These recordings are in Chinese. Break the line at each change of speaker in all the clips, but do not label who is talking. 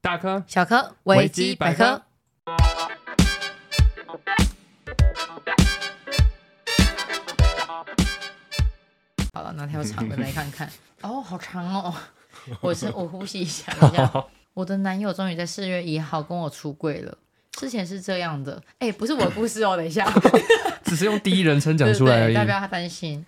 大科
小科
维
维
基
基
百
百
科
科。好了，拿条长的来看 看。哦，好长 哦！我是我呼吸一 下，等一下。我的男友终于在四月一号跟我出柜了。之前是这样的，哎、不是我的故事哦，等一下。
只是用第一人称讲出来而
对对
已
对，。代表他担心。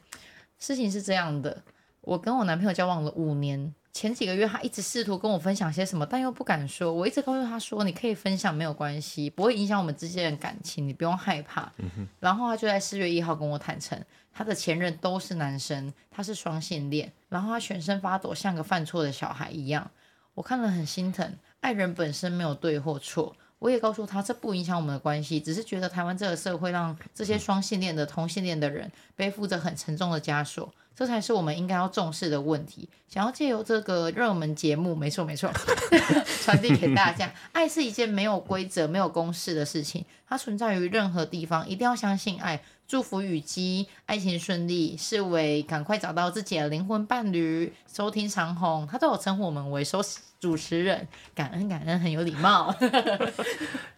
事情是这样的，我跟我男朋友交往了五年，前几个月他一直试图跟我分享些什么，但又不敢说。我一直告诉他说，你可以分享，没有关系，不会影响我们之间的感情，你不用害怕。
嗯
然后他就在四月一号跟我坦诚，他的前任都是男生，他是双性恋，然后他全身发抖，像个犯错的小孩一样。我看了很心疼。爱人本身没有对或错，我也告诉他这不影响我们的关系，只是觉得台湾这个社会让这些双性恋的、同性恋的人背负着很沉重的枷锁，这才是我们应该要重视的问题。想要借由这个热门节目，没错没错， 传递给大家，爱是一件没有规则、没有公式的事情，它存在于任何地方，一定要相信爱。祝福雨姬爱情顺利，视为赶快找到自己的灵魂伴侣。收听长虹，他都有称呼我们为收主持人，感恩感恩，很有礼貌。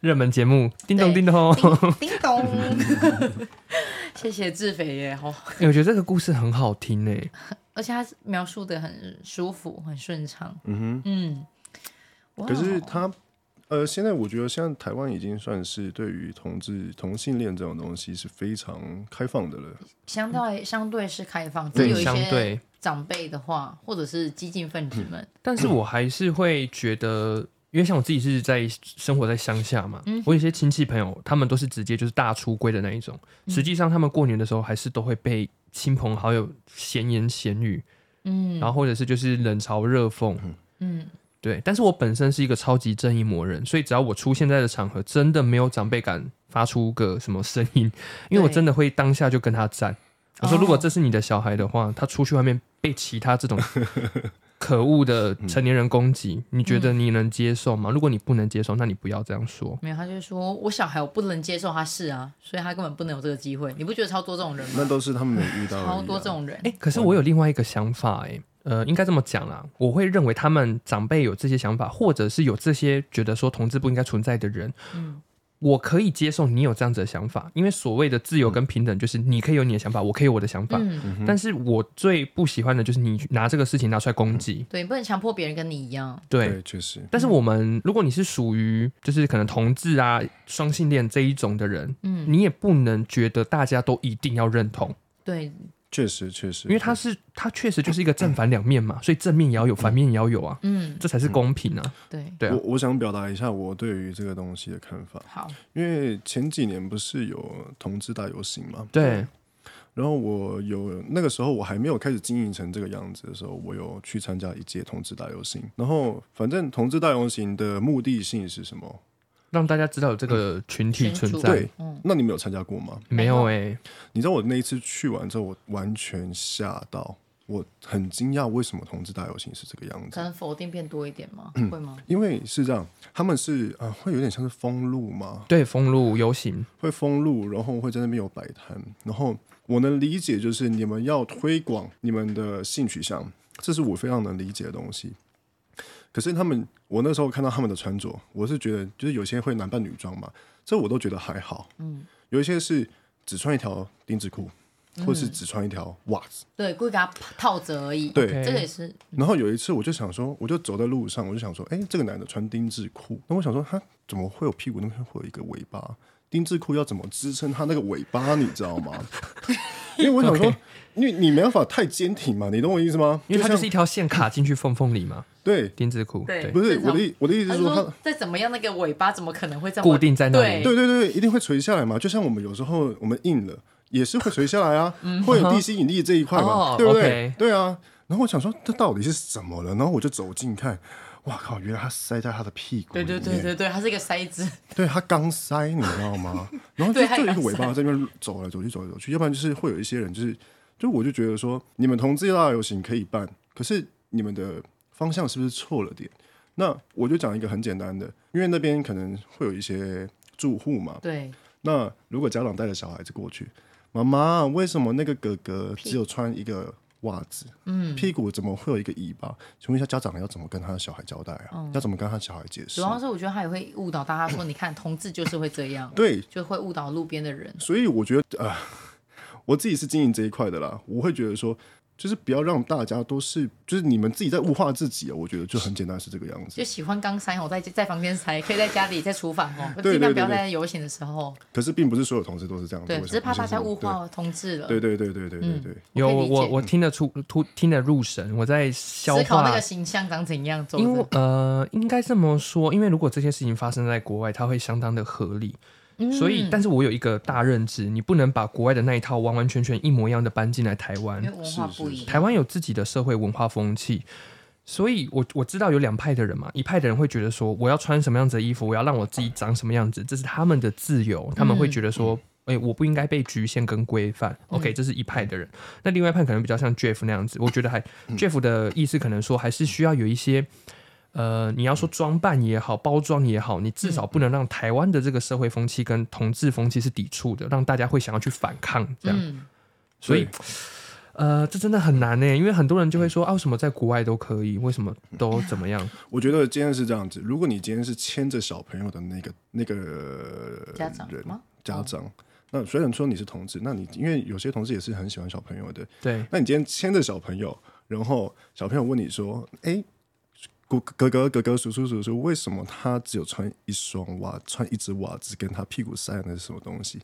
热门节目，叮咚叮咚。
叮叮咚， 谢谢志肥耶，好，
哎我觉得这个故事很好听欸诶，
而且他描述的很舒服，很顺畅，
嗯
嗯，哇
哼，可是他呃，现在我觉得现在台湾已经算是对于同志同性恋这种东西是非常开放的了。
相对相对是开放，只
对
有一
相
些
对。
长辈的话，或者是激进分子们，
但是我还是会觉得，因为像我自己是在生活在乡下嘛，
嗯
我有些亲戚朋友，他们都是直接就是大出柜的那一种。
嗯
实际上，他们过年的时候还是都会被亲朋好友闲言闲语，
嗯
然后或者是就是冷嘲热讽。
嗯，
对，但是我本身是一个超级正义魔人，所以只要我出现在的场合，真的没有长辈敢发出个什么声音，因为我
对
真的会当下就跟他站。我说，
哦
如果这是你的小孩的话，他出去外面被其他这 种可恶的
嗯
成年人攻击，你觉得你能接受吗？如果你不能接受，那你不要这样说。
没有，他就说我小孩我不能接受他是啊，所以他根本不能有这个机会，你不觉得超多这种人
那
吗？
都是他们没遇到而已啊、
超多这种人，
哎、可是我有另外一个想法、诶，哎，呃，应该这么讲啦，我会认为他们长辈有这些想法，或者是有这些觉得说同志不应该存在的人，
嗯
我可以接受你有这样子的想法，因为所谓的自由跟平等，就是你可以有你的想法，我可以有我的想法。
嗯，
但是我最不喜欢的就是你拿这个事情拿出来攻击，
对，你不能强迫别人跟你一样，
对。
对，确实，
但是我们，如果你是属于就是可能同志啊、双性恋这一种的人，
嗯，
你也不能觉得大家都一定要认同，
对，
确实，确实，
因为它是它确实就是一个正反两面嘛，所以正面也要有，反面也要有啊，
嗯，
这才是公平啊。
对，
对啊
我，我想表达一下我对于这个东西的看法，
好，
因为前几年不是有同志大游行嘛，
对，
然后我有那个时候我还没有开始经营成这个样子的时候，我有去参加一届同志大游行，然后反正同志大游行的目的性是什么？
让大家知道有这个群体
群
存
主
在。
对
嗯，
那你们有参加过吗？
没有哎、
你知道我那一次去完之后，我完全吓到，我很惊讶为什么同志大游行是这个样
可
子，
能否定变多一点吗？会吗？
因为是这样，他们是啊、呃会有点像是封路嘛，
对，封路游行，
会封路，然后会在那边有摆摊。然后我能理解，就是你们要推广你们的性取向，这是我非常能理解的东西。可是他们，我那时候看到他们的穿着，我是觉得就是有些会男扮女装嘛，这我都觉得还好。嗯，有一些是只穿一条丁字裤，或是只穿一条袜子。
对，故意给他套着而已。
对
OK
这个也是，
然后有一次，我就想说，我就走在路上，我就想说，哎，这个男的穿丁字裤，那我想说，他怎么会有屁股那边会有一个尾巴？丁字裤要怎么支撑他那个尾巴？你知道吗？ 因为我想说
OK，
因为你没办法太坚挺嘛，你懂我意思吗？
因为它就
就像
是一条线卡进去缝缝里嘛，
对，
丁字裤，
对
对，
不是
正常
我的意我的意思
他
是
就
说他
说再怎么样，那个尾巴怎么可能会这么
固定在那里
对
对对对，一定会垂下来嘛。就像我们有时候我们硬了，也是会垂下来啊，会有地心引力这一块嘛，
哦
对不对
OK
对啊。然后我想说，这到底是什么了？然后我就走近看，哇靠，原来他塞在他的屁股里
对
面。
对对对对，它是一个塞子，
对他刚塞，你知 道吗？然后就
对他
就有一
刚
个尾巴
塞
在那边走来走去，走来走去。要不然就是会有一些人，就是就我就觉得说，你们同志大游行可以办，可是你们的方向是不是错了点？那我就讲一个很简单的，因为那边可能会有一些住户嘛。
对，
那如果家长带着小孩子过去，妈妈，为什么那个哥哥只有穿一个袜子，嗯，屁股怎么会有一个尾巴？请问一下，家长要怎么跟他的小孩交代啊？要怎么跟他小孩解释
哦主？要是我觉得他也会误导大家说，你看同志就是会这 样，
对，
就会误导路边的人。
所以我觉得啊、我自己是经营这一块的啦，我会觉得说，就是不要让大家都是，就是你们自己在物化自己啊。我觉得就很简单，是这个样子
就。喜欢刚塞哦，在在房间塞，可以在家里、在厨房哦，
对
尽量
对
不要
对
在游行的时候。
可是并不是所有同事都是这样子，
对，
我
只是
想
怕大家物。
我相信
化同志了。
对对对对对对对对，
有
我可
我
以理解
我我听得出突听得入神，我在消
思考那
化
个。形象长怎样，走
因为
着。
呃，应该这么说，因为如果这些事情发生在国外，它会相当的合理。
嗯
所以，但是我有一个大认知，你不能把国外的那一套完完全全一模一样的搬进来台湾
因为。文化
是是
不一样，
台湾有自己的社会文化风气，所以我我知道有两派的人嘛，一派的人会觉得说我要穿什么样子的衣服，我要让我自己长什么样子，这是他们的自由，他们会觉得说。哎、我不应该被局限跟规范。OK，这是一派的人。那另外一派可能比较像 Jeff 那样子，我觉得还、Jeff 的意思可能说还是需要有一些，呃，你要说装扮也好，包装也好，你至少不能让台湾的这个社会风气跟同志风气是抵触的，让大家会想要去反抗这样。
嗯，
所以，呃，这真的很难呢，因为很多人就会说啊，为什么在国外都可以，为什么都怎么样？
我觉得今天是这样子。如果你今天是牵着小朋友的那个那个
家长
人
吗？
家长，那虽然说你是同志，那你因为有些同志也是很喜欢小朋友的，
对，
那你今天牵着小朋友，然后小朋友问你说：“哎，哥哥哥哥哥叔叔叔叔，为什么他只有穿一双袜，穿一只袜子，跟他屁股塞的那是什么东西？”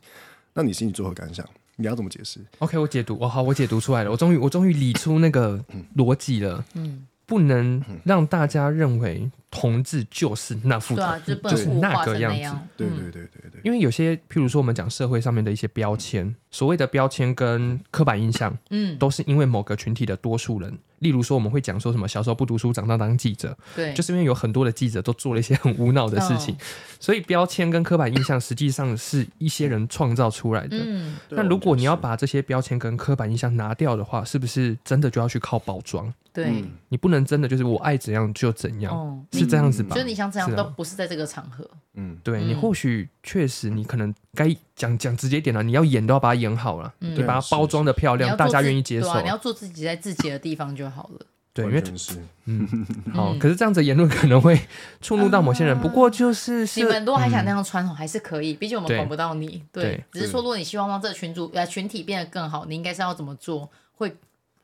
那你心里作何感想？你要怎么解释？
OK，我解读，哦，好，我解读出来了，我终于，我终于理出那个逻辑了。嗯，不能让大家认为同志就是那副，
对啊，就是不
就是
能物
那
化
个
成
样
那
子。
样。
对对对对对，
因为有些，譬如说我们讲社会上面的一些标签，所谓的标签跟刻板印象，
嗯，
都是因为某个群体的多数人。例如说，我们会讲说什么小时候不读书，长大当记者，
对，嗯
就是因为有很多的记者都做了一些 很无脑的事情，所以标签跟刻板印象实际上是一些人创造出来的。
嗯，
对
那如果你要，把这些标签跟刻板印象拿掉的话，是不是真的就要去靠包装？
对，
嗯
你不能真的就是我爱怎样就怎样，
哦，
是这样子吧？
就是你想怎样
是啊
都不是在这个场合，
嗯，
对你
嗯
或许确实你可能该讲讲直接点了、你要演都要把它演好了，
嗯
对，把它包装的漂
你要
亮，哦
做
大家
自
愿意接受
对啊。你要做自己在自己的地方就好了。
对，因
完
为
全是
好，
嗯啊
可是这样子的言论可能会触怒到某些人。不过就是
你
是嗯
们如果还想那样穿哦，还是可以，毕竟我们
对
管不到你。对
对，
只是说如果你希望让这个群主呃群体变得更好，你应该是要怎么做，会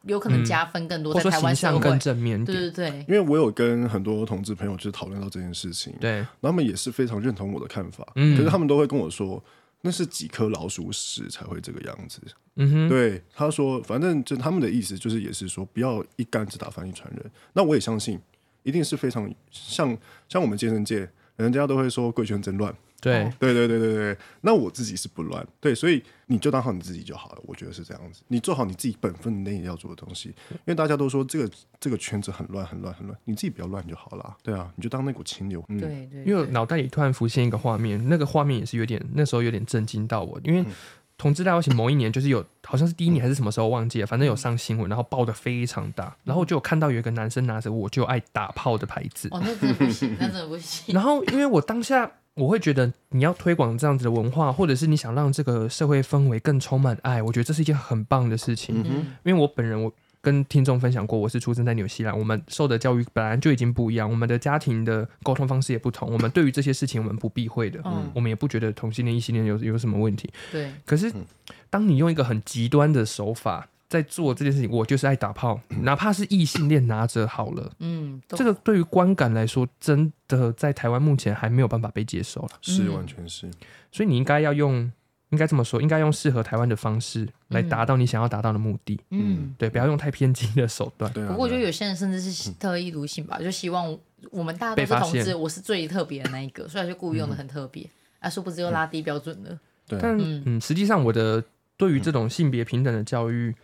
有可能加分更多
或
在
说
台
形
湾社
象更
会。
正面一
对
点，
对对，
因为我有跟很多同志朋友就是讨论到这件事情，
对，
然后他们也是非常认同我的看法，
嗯
可是他们都会跟我说，那是几颗老鼠屎才会这个样子。
嗯哼。
对，他说，反正就他们的意思就是，也是说不要一竿子打翻一船人。那我也相信，一定是非常像像我们健身界，人家都会说贵圈真乱。
对，
对对对对对，那我自己是不乱，对，所以你就当好你自己就好了，我觉得是这样子。你做好你自己本分内要做的东西，因为大家都说这个这个圈子很乱很乱很乱，你自己不要乱就好了。对啊，你就当那股清流。嗯，
对对，
因为我脑袋里突然浮现一个画面，那个画面也是有点，那时候有点震惊到我，因为。同志大游行某一年就是有，好像是第一年还是什么时候忘记了，反正有上新闻，然后爆的非常大，然后我就有看到有一个男生拿着“我就爱打炮”的牌子，
哦，那真的不行，那真的不行。
然后因为我当下我会觉得你要推广这样子的文化，或者是你想让这个社会氛围更充满爱，我觉得这是一件很棒的事情。
嗯，
因为我本人我跟听众分享过，我是出生在纽西兰，我们受的教育本来就已经不一样，我们的家庭的沟通方式也不同，我们对于这些事情我们不避讳的，
嗯
我们也不觉得同性恋、异性恋有有什么问题。
对，
可是，当你用一个很极端的手法在做这件事情，我就是爱打 炮，哪怕是异性恋拿着好了，
嗯，都
这个对于观感来说，真的在台湾目前还没有办法被接受了，
是
嗯
完全是。
所以你应该要用。应该这么说，应该用适合台湾的方式来
嗯
达到你想要达到的目的。
嗯。
对，不要用太偏激的手段。
对啊，
不过我觉
对啊
得有些人甚至是特立独行吧，就希望我们大
被
家都
发
是同志，
现嗯
我是最特别的那一个，所以他就故意用的很特别，啊，殊不知又拉低标准了。
对啊
但
嗯
嗯，实际上我的对于这种性别平等的教育，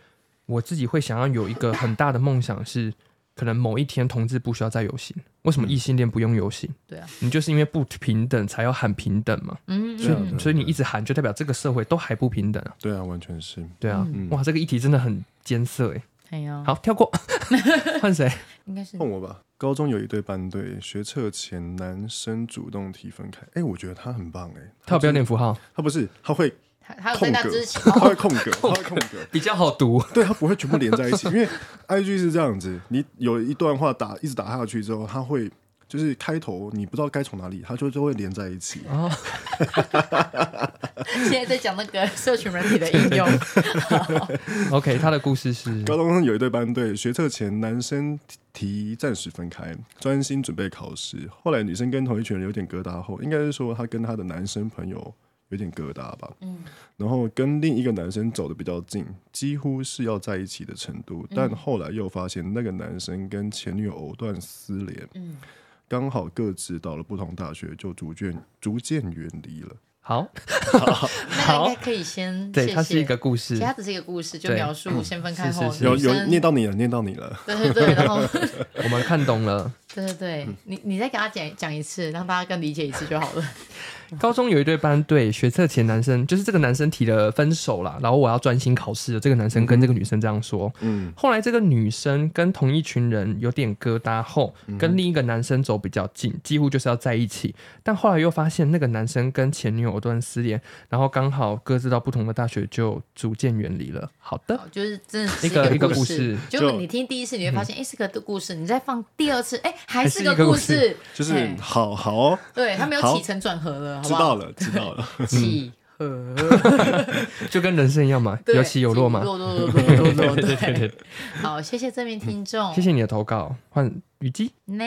我自己会想要有一个很大的梦想是，可能某一天同志不需要再游行，为什么异性恋不用游行？
嗯对啊，
你就是因为不平等才要喊平等嘛，
嗯，
对啊对啊
所以你一直喊就代表这个社会都还不平等啊。
对啊，完全是。
对啊，
嗯
哇，这个议题真的很艰涩哎。
哎呀，
好，跳过， 换谁？
应该是
换我吧。高中有一对班队，学测前男生主动提分开，哎、我觉得他很棒哎、
他有标
就
点符号，
他不是，他会
他他有在
空
那
格
之前，，
它会空 格，它会空格，
比较好读。
对，它不会全部连在一起，因为 I G 是这样子，你有一段话打一直打下去之后，它会就是开头你不知道该从哪里，它就就会连在一起。
现在在讲那 个社群软体的应用，
OK，他的故事 是
高中有一对班队，学测前男生题暂时分开，专心准备考试。后来女生跟同一群人有点疙瘩后，应该是说她跟她的男生朋友有点疙瘩吧。
嗯
然后跟另一个男生走的比较近，几乎是要在一起的程度。但后来又发现那个男生跟前女友藕断丝连，
嗯，
刚好各自到了不同大学，就逐渐逐渐远离了。
好，
那个应该可以先谢
对，
谢。
它是一个故
其
事
实。它只是一个故事，就
对
描述先分开
是
后，
是是
有
女
有
生
念到你了，念到你了。
对对对，然后
我们看懂了。
对对对，你你再给他讲讲一次，让大家更理解一次就好了。
高中有一对班队，学测前男生就是这个男生提了分手啦，然后我要专心考试了。这个男生跟这个女生这样说。
嗯，
后来这个女生跟同一群人有点疙瘩后，跟另一个男生走比较近，几乎就是要在一起。但后来又发现那个男生跟前女友藕断丝连，然后刚好各自到不同的大学，就逐渐远离了。好的，
好哦就是真的是
一个
一
一个故
故
事
就
就
你听第一次你会发现，哎，是个故事，你再放第二次，哎，还
还
是
是
个
一个
故
故事
事，
就是
嘿
好好哦，
对他没有
好
起承转合了，好
知
不好
道？了，知 道了。
起合，
就跟人生一样嘛，
对
有嗯起有落嘛
起。落落落落落落，
对对
对。
对，
好，谢谢这名听众，
谢谢你的投稿，换雨姬
呢，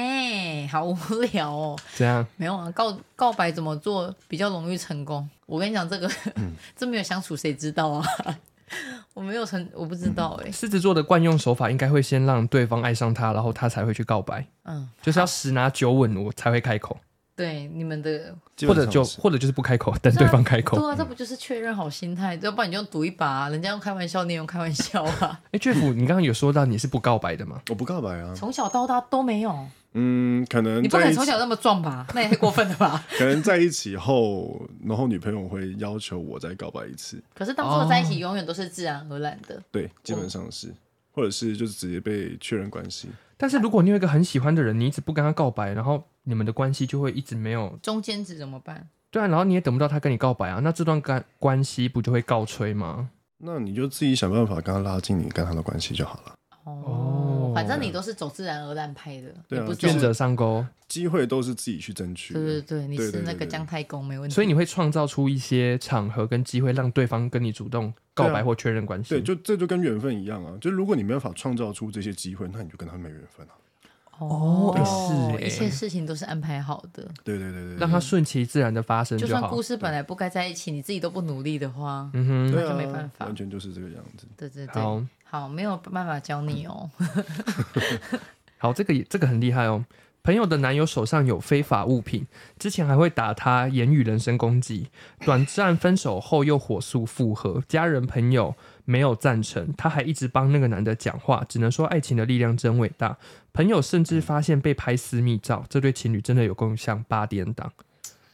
好无聊哦。
怎样？
没有啊，告告白怎么做比较容易成功？我跟你讲，这个、
嗯
这没有相处，谁知道啊？ 我没有成，我不知道哎、
狮子座的惯用手法应该会先让对方爱上他，然后他才会去告白，
嗯，
就是要十拿九稳，我才会开口，
对，你们的
基
或
本
者
上
就是或者就是不开口， 等对方开口。
对啊，这不就是确认好心态？要不然你就赌一把啊、人家用开玩笑，你也用开玩笑啊。
哎，Jeff，你刚刚有说到你是不告白的吗？
我不告白 啊。
从小到大都没有，
嗯，可能
你不可能
在一起
从小那么壮吧？ 那也太过分了吧？
可能在一起后，然后女朋友会要求我再告白一次，
可是当
哦
初的在一起永远都是自然而然的。
对，基
嗯
本上是，或者是就是直接被确认关系。
但是如果你有一个很喜欢的人，你一直不跟他告白，然后你们的关系就会一直没有
中间值怎么办？
对啊，然后你也等不到他跟你告白啊，那这段关关系不就会告吹吗？
那你就自己想办法跟他拉近你跟他的关系就好了。
哦
哦，
反正你都是走自然而然拍的，
对啊
你不是
就
愿
是
者上钩，
机会都是自己去争取的，
对对对，你
对
是
对
那
对
个
对
姜太公，没问题。
所以你会创造出一些场合跟机会，让对方跟你主动告
对
白
啊
或确认关系。
对，就这就跟缘分一样啊。就如果你没办法创造出这些机会，那你就跟他没缘分啊。
哦
哦
也
一
是欸
切事情都是安排好的。
对对对对
让它顺其自然的发生
就算
好。
故事本来不该在一起，你自己都不努力的话，
嗯哼，
对
那就
啊，
没办法
完全就是这个样子。
对对对，
好嗯
好，没有办法教你哦。
好，这个也这个很厉害哦。朋友的男友手上有非法物品，之前还会打他，言语人身攻击。短暂分手后又火速复合，家人朋友没有赞成，他还一直帮那个男的讲话，只能说爱情的力量真伟大。朋友甚至发现被拍私密照，这对情侣真的有共像八点档。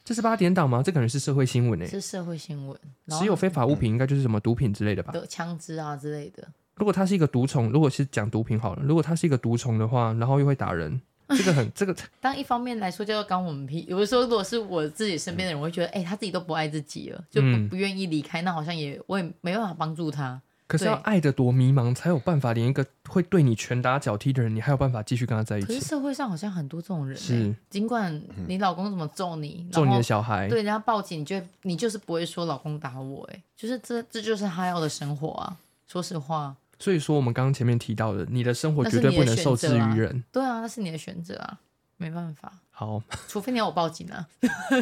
这是八点档吗？这感觉是社会新闻诶、 欸
是社会新闻，然后
持有非法物品应该就是什么毒品之类的吧？
的枪支啊之类的，
如果他是一个毒虫，如果是讲毒品好了，如果他是一个毒虫的话，然后又会打人，这个很这个
当一方面来说，就要刚我们屁。有的时候，如果是我自己身边的人，我会觉得，哎、他自己都不爱自己了，就不、
嗯
不愿意离开，那好像也我也没办法帮助他。
可是要
对
爱的多迷茫，才有办法连一个会对你拳打脚踢的人，你还有办法继续跟他在一
可是
起，
社会上好像很多这种人、
是嗯
欸，尽管你老公怎么揍你，
揍你
然后
的小孩。
对，人家报警，你就你就是不会说老公打我、欸，哎，就是这这就是他要的生活啊。说实话，
所以说，我们刚刚前面提到的，你的生活
那是
绝对
你
不
的
能
选
受制
择啊嗯
于人。
对啊，那是你的选择啊，没办法，
好，
除非你要我报警啊，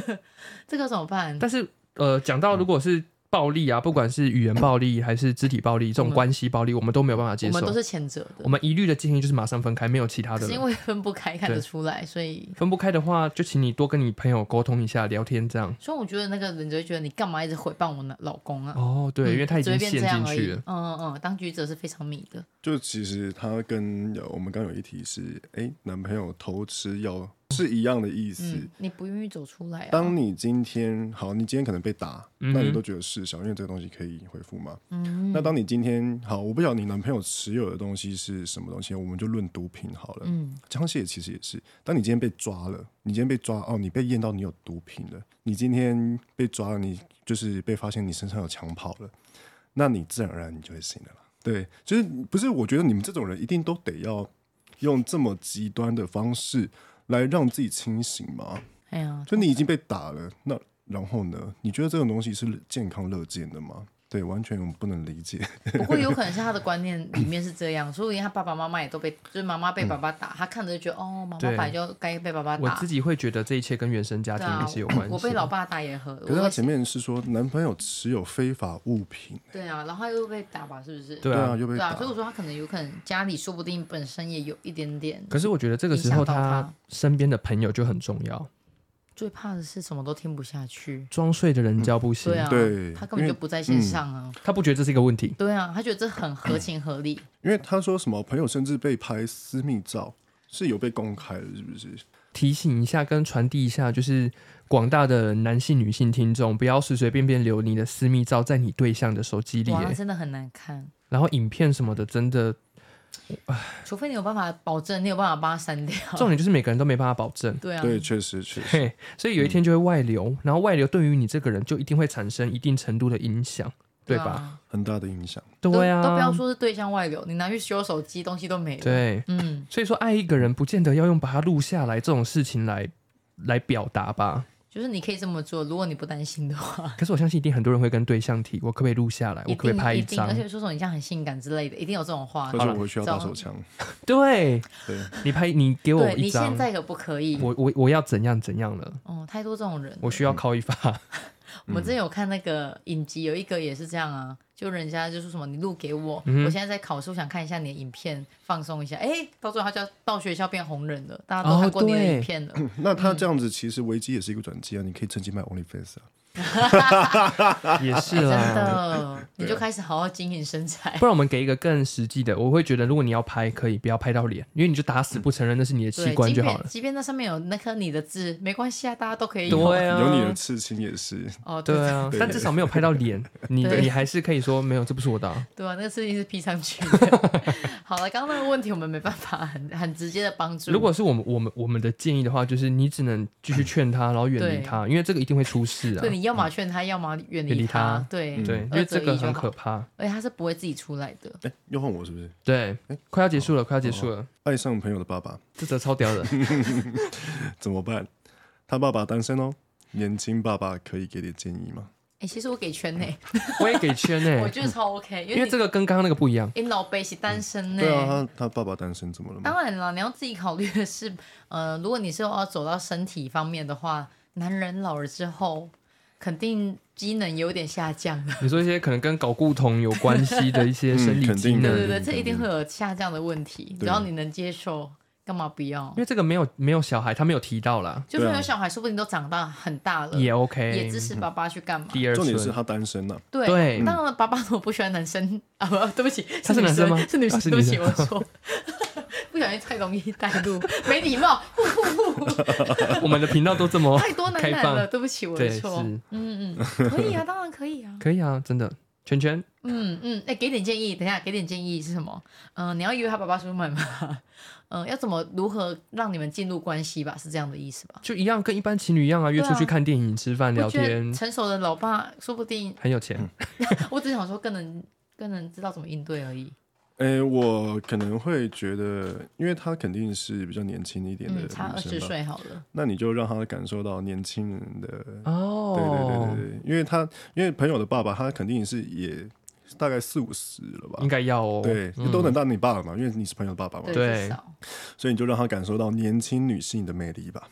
这个怎么办？
但是呃，讲到如果是暴力啊，不管是语言暴力还是肢体暴力，这
我
种
们
关系暴力，我们都没有办法接
我
受
们。都是谴责
我
的，
们一律的建议就是马上分开，没有其他
可
的
是因
了。
为分不开，看得
对
出来，所以
分不开的话，就请你多跟你朋友沟通一下，聊天这样。
所以我觉得那个人就会觉得你干嘛一直诽谤我老公啊？
哦，对，因为他已
只会
经陷
变这样
进
而
去
已
了
嗯。嗯嗯，当局者是非常迷的，嗯
就其实他跟有我们刚有一题是，哎，男朋友偷吃药是一样的意思。
嗯，你不愿意走出来啊？
当你今天好，你今天可能被打，
嗯哼
那你都觉得是小，因为这个东西可以回复嘛。
嗯
那当你今天好，我不晓得你男朋友持有的东西是什么东西，我们就论毒品好了。
嗯
枪械其实也是，当你今天被抓了，你今天被抓哦，你被验到你有毒品了，你今天被抓了，你就是被发现你身上有枪炮了，那你自然而然你就会醒了啦。对，就是不是？我觉得你们这种人一定都得要用这么极端的方式来让自己清醒嘛？
哎呀，
就你已经被打了，那然后呢？你觉得这种东西是健康乐见的吗？对，完全我不能理解。
不过有可能是他的观念里面是这样，所以他爸爸妈妈也都被，就是妈妈被爸爸打，他看着就觉得哦，妈妈
嗯对
本来就该被爸爸
我
打
自。己会觉得这一切跟原生家
对
庭
啊
也是有关，系。
我被老爸打也合。
可是他
我
前面是说男朋友持有非法物品，
对啊，然后他又被打吧，是不是？
对
啊，
啊。
又被
对
打
啊，。所以我说他可能有可能家里说不定本身也有一点点。
可是我觉得这个时候
影响到他
他身边的朋友就很重要，
最怕的是什么都听不下去。
装睡的人叫不醒
对，啊，
对嗯
他根本就不在线上啊。
他不觉得这是一个问题。
对啊，他觉得这很合情合理。
因为他说什么朋友甚至被拍私密照，是有被公开的，是不是？
提醒一下，跟传递一下，就是广大的男性、女性听众，不要随随便便留你的私密照在你对象的手机里、
哇，那
欸
真的很难看，
然后影片什么的，真的，
除非你有办法保证，你有办法帮他删掉。
重点就是每个人都没办法保证。
对啊，
对，确实确实。
嘿，所以有一天就会外流，然后外流对于你这个人就一定会产生一定程度的影响，对
啊
吧？？
很大的影响。
对啊，
都都不要说是对象外流，你拿去修手机，东西都没了。，
对，
嗯，
所以说爱一个人不见得要用把他录下来这种事情来来表达吧。
就是你可以这么做，如果你不担心的话，
可是我相信一定很多人会跟对象提，我可不可以录下 来？我
一
可不可以
定
拍
一定，
张
而？且说说你这样很性感之类的，一定有这种话
可。是我会需要打
走
手枪，
对，
对，
你拍你给我
对
一
你
张
现，在可不可以？
我我我要怎样怎样了？
哦，太多这种人了。
我需要靠一发。
我们之
嗯
前有看那个影集，有一个也是这样啊，就人家就说什么你录给我，
嗯哼
我现在在考试，我想看一下你的影片，放松一下。哎，到最后他就要到学校变红人了，大家
哦
都看过你的 影片了。
那他这样子其实危机也是一个转机啊，你可以趁机卖 OnlyFans 啊。
也是
哎真
啦。
的，你就开始好好经营身材
不。然我们给一个更实际的，我会觉得，如果你要拍，可以不要拍到脸，因为你就打死不承认那是你的器
对，
官
即
就好了
便。即便那上面有那颗你的字，没关系啊，大家都可以有。
对啊，
有你的刺青也是，
哦，对
对啊，
对
但至少没有拍到脸，你
对
你还是可以说没有，这不是我的啊、
对啊，那个事情是 P 上去的。 好了，刚刚那个问题我们没办法很很直接的帮助。
如果是我们我们我们的建议的话，就是你只能继续劝他，然后远
对
离他，因为这个一定会出事啊
对。你要么劝他，要么远
远
离
离他嗯
对
对，因
二
为
择
这
一
个
就
很
好
可怕。
而且他是不会自己出来的。
哎，又换我是不是？
对，快要结束了，快要结束了，
爱上朋友的爸爸
这则超 屌的。
怎么办？他爸爸单身哦，年轻爸爸可以给点建议吗？
哎、其实我给圈内，
我也给圈呢、
我觉得超 OK，
嗯
因
因为
为
这个跟嗯刚刚那个不一样。
你老贝是单身呢、
对啊，他他爸爸单身怎么了吗？
当然了，你要自己考虑的是， 呃，如果你是要走到身体方面的话，男人老了之后，肯定机能有点下降 了。
你说一些可能跟睾固酮有关系的一些生
嗯
理
肯
机
定的
能
对，对对，
嗯
这一定会有下降的问题。只
对
要你能接受，干嘛不要
因？为这个没有没有小孩，他没有提到啦，
就算
对
有
啊
小孩，说不定都长大很大
呃
了，
也 OK。
也支持爸爸去干嘛？
第二
重
春
点是他单身呐，
对，
嗯对
当然了，爸爸如果不喜欢男生 啊，不，对不起，
他是
女
男生吗
是女
啊
生，
是
对不
女
起，
生
我错， 不小心太容易带入，没礼貌，
我们的频道都这么
太多男
哦开
男
放
了，对不起，我
对
的错。
是
嗯嗯， 可以啊，当然可以啊。
可以啊，真的。圈圈，
嗯嗯，哎、给点建议，等一下给点建议是什么？嗯、你要约他爸爸出门吗？ 嗯、要怎么如何让你们进入关系吧？是这样的意思吧？
就一样，跟一般情侣一样啊，约出去看电影、吃饭、聊
我觉得
天，
成熟的老爸说不定，
很有钱。
我只想说更能更能知道怎么应对而已。
诶，我可能会觉得，因为他肯定是比较年轻一点的
嗯，
女
差二十
生嘛，
岁好了。
那你就让他感受到年轻人的嗯对对
哦，
对对对，因为他因为朋友的爸爸，他肯定是也大概四五十了吧
应。该要哦。
对，
嗯
都能当你爸了嘛，因为你是朋友的爸爸嘛，
对
至少。
所以你就让他感受到年轻女性的魅力吧。